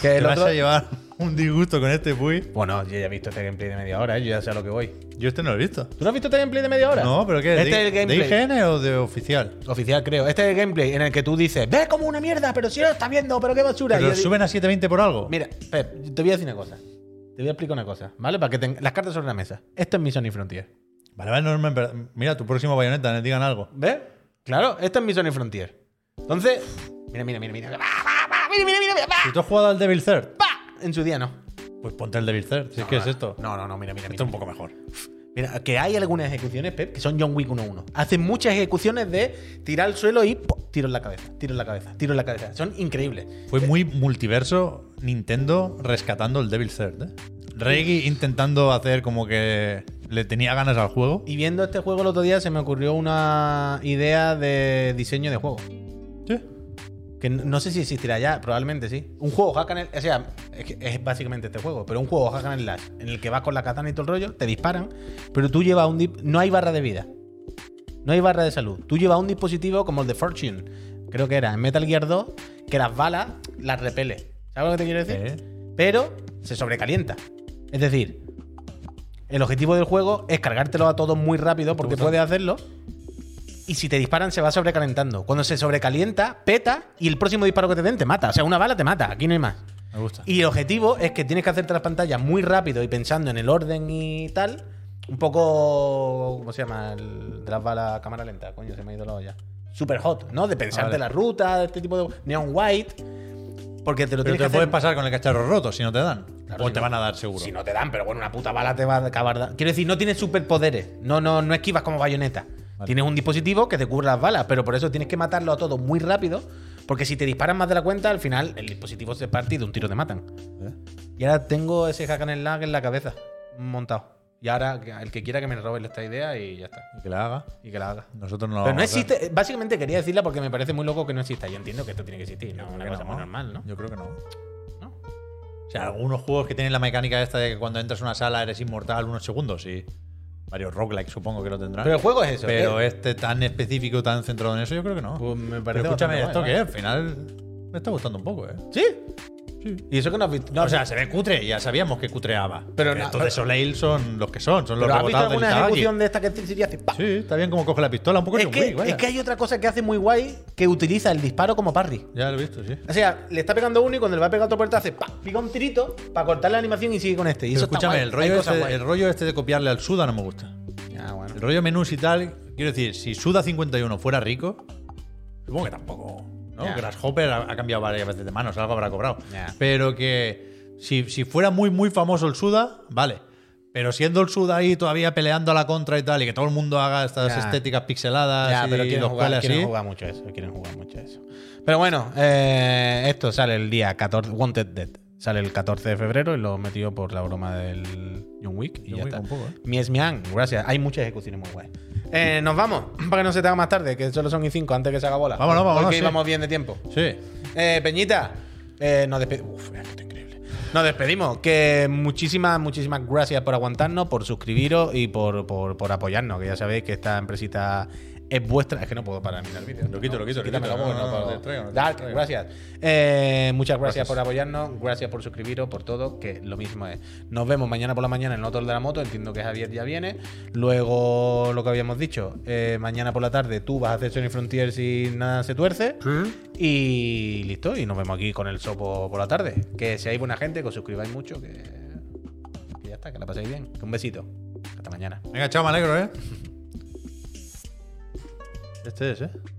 C: Que
B: Te
C: el
B: vas
C: otro...
B: a llevar un disgusto con este Puy.
C: Bueno, yo ya he visto este gameplay de media hora, eh, yo ya sé a lo que voy.
B: Yo este no lo he visto.
C: ¿Tú no has visto este gameplay de media hora?
B: No, pero ¿qué?
C: Este
B: ¿De-
C: es el gameplay.
B: ¿De IGN o de oficial?
C: Oficial, creo. Este es el gameplay en el que tú dices, ves como una mierda, pero si lo estás viendo, pero qué basura. Y
B: ¿Pero
C: yo digo,
B: suben a 720 por algo?
C: Mira, Pep, te voy a decir una cosa. Te voy a explicar una cosa, ¿vale? Para que ten- las cartas sobre la mesa. Esto es mi Sony Frontier.
B: Vale, vale, no me- pero- Mira, tu próximo bayoneta, nos digan algo.
C: ¿Ves? Claro, esto es mi Sony Frontier. Entonces, mira, mira, mira, mira. Va, va, va, Mira, mira, mira, mira. va,
B: Si tú has jugado al Devil Third,
C: va. En su día no.
B: pues ponte el Devil Third. Si es que es esto.
C: No, no, no, mira, mira.
B: Esto es un
C: Mira,
B: poco mejor.
C: Mira, que hay algunas ejecuciones, Pep, que son John Wick 1-1. Hacen muchas ejecuciones de tirar al suelo y ¡pum! tiro en la cabeza, tiro en la cabeza, tiro en la cabeza. Son increíbles.
B: Fue muy multiverso Nintendo rescatando el Devil Third. ¿eh? Reggie intentando hacer como que le tenía ganas al juego.
C: Y viendo este juego el otro día se me ocurrió una idea de diseño de juego.
B: Sí.
C: Que no- no sé si existirá ya, probablemente sí. Un juego hack and slash, o sea, es, que es básicamente este juego, pero un juego hack and slash en el que vas con la katana y todo el rollo, te disparan, pero tú llevas un... dip- No hay barra de vida. No hay barra de salud. Tú llevas un dispositivo como el de Fortune, creo que era, en Metal Gear 2, que las balas las repele. ¿Sabes lo que te quiero
B: Eh,
C: decir? pero se sobrecalienta. Es decir, el objetivo del juego es cargártelo a todos muy rápido porque puedes hacerlo. Y si te disparan, se va sobrecalentando. Cuando se sobrecalienta, peta y el próximo disparo que te den te mata. O sea, una bala te mata. Aquí no hay más.
B: Me gusta.
C: Y el objetivo es que tienes que hacerte las pantallas muy rápido y pensando en el orden y tal. Un poco. ¿Cómo se llama? El de las balas cámara lenta. Coño, se me ha ido la olla. Super hot, ¿no? De pensarte
B: Ah, Vale.
C: la ruta, de este tipo de. Neon White. Porque te lo
B: Pero te
C: tienes que
B: lo puedes
C: hacer-
B: pasar con el cacharro roto si no te dan.
C: Claro,
B: o
C: si
B: te
C: no.
B: van a dar seguro.
C: Si no te dan, pero bueno, una puta bala te va a acabar. da- Quiero decir, no tienes superpoderes. No, no, no esquivas como bayoneta. Tienes un dispositivo que te cubre las balas, pero por eso tienes que matarlo a todos muy rápido. Porque si te disparan más de la cuenta, al final el dispositivo se parte y de un tiro te matan.
B: ¿Eh?
C: Y ahora tengo ese hack and slash en la cabeza, montado. Y ahora, que- el que quiera que me robe esta idea y ya está.
B: Que la haga.
C: Y que la haga.
B: Nosotros no la
C: Pero no
B: vamos a hacer.
C: existe. Básicamente quería decirla porque me parece muy loco que no exista. Yo entiendo que esto tiene que existir, ¿no?
B: Creo
C: Una
B: que
C: cosa
B: no.
C: muy normal, ¿no?
B: Yo creo que no.
C: ¿No?
B: O sea, algunos juegos que tienen la mecánica esta de que cuando entras a una sala eres inmortal unos segundos y varios roguelike supongo que lo tendrán.
C: Pero el juego es eso.
B: Pero
C: ¿eh?
B: este tan específico, tan centrado en eso, yo creo que no.
C: Pues me
B: Pero
C: parece
B: escúchame,
C: bastante ¿eh?
B: esto
C: guay,
B: que
C: ¿no?
B: al final me está gustando un poco, ¿eh?
C: ¿Sí? Y eso que no has visto. no
B: o
C: has
B: sea, se ve cutre, ya sabíamos que cutreaba.
C: Pero
B: Pero
C: no-
B: estos de Soleil son los que son, son los
C: ¿Pero has visto
B: rebotados del
C: alguna
B: Itagaki.
C: ejecución de esta que te- sería así? ¡pa!
B: Sí, está bien como coge la pistola, un poco
C: es,
B: John
C: que,
B: Wick, vaya.
C: es que hay otra cosa que hace muy guay que utiliza el disparo como parry.
B: Ya lo he visto, sí. Pero
C: O sea, le está pegando uno y cuando le va a pegar otro puerta hace ¡pa! pica un tirito para cortar la animación y sigue con este. Y eso está
B: escúchame,
C: guay.
B: el
C: Hay
B: rollo,
C: cosas
B: este,
C: guay.
B: el rollo este de copiarle al Suda no me gusta.
C: Ah, bueno.
B: El rollo menús y tal, quiero decir, si Suda 51 fuera rico, supongo que tampoco. ¿no?
C: Ya.
B: Grasshopper ha, ha cambiado varias veces de manos, algo habrá cobrado.
C: Ya.
B: Pero que si, si fuera muy, muy famoso el Suda, vale. Pero siendo el Suda ahí todavía peleando a la contra y tal, y que todo el mundo haga estas
C: Ya.
B: estéticas pixeladas
C: Ya,
B: y
C: pero quieren
B: los
C: jugar,
B: cuales
C: quieren
B: así.
C: jugar mucho a eso, quieren jugar mucho a eso. Pero bueno, eh, esto sale el día 14, Wanted Dead. Sale el 14 de febrero y lo he metido por la broma del John Wick y
B: John
C: ya
B: Wick
C: está.
B: un poco, ¿eh?
C: Mi es Mian, gracias. Hay muchas ejecuciones muy guays. Eh, nos vamos, para que no se te haga más tarde, que solo son y 5 antes que se haga bola.
B: Vámonos, vámonos,
C: Porque
B: sí.
C: íbamos bien de tiempo.
B: Sí.
C: Eh, Peñita, eh, nos despedimos. Uf, mira que está increíble. Nos despedimos. Que muchísimas, muchísimas gracias por aguantarnos, por suscribiros y por, por, por apoyarnos. Que ya sabéis que esta empresita es vuestra. Es que no puedo parar de mirar el vídeo.
B: Lo quito, lo quito, lo
C: Quítamelo,
B: quito.
C: porque
B: No, no,
C: puedo.
B: no, te traigo, no te
C: Dark,
B: traigo.
C: gracias. Eh, muchas gracias,
B: Gracias.
C: por apoyarnos. Gracias por suscribiros, por todo. Que lo mismo es. Nos vemos mañana por la mañana en el Hotel de la Moto. Entiendo que Javier ya viene. Luego, lo que habíamos dicho, eh, mañana por la tarde tú vas a hacer Sony Frontier si nada se tuerce. Y listo, y nos vemos aquí con el sopo por la tarde. Que seáis buena gente, que os suscribáis mucho, que, que ya está, que la paséis bien. Que un besito. Hasta mañana.
B: Venga, chao, me alegro, ¿eh? Este es, ¿eh?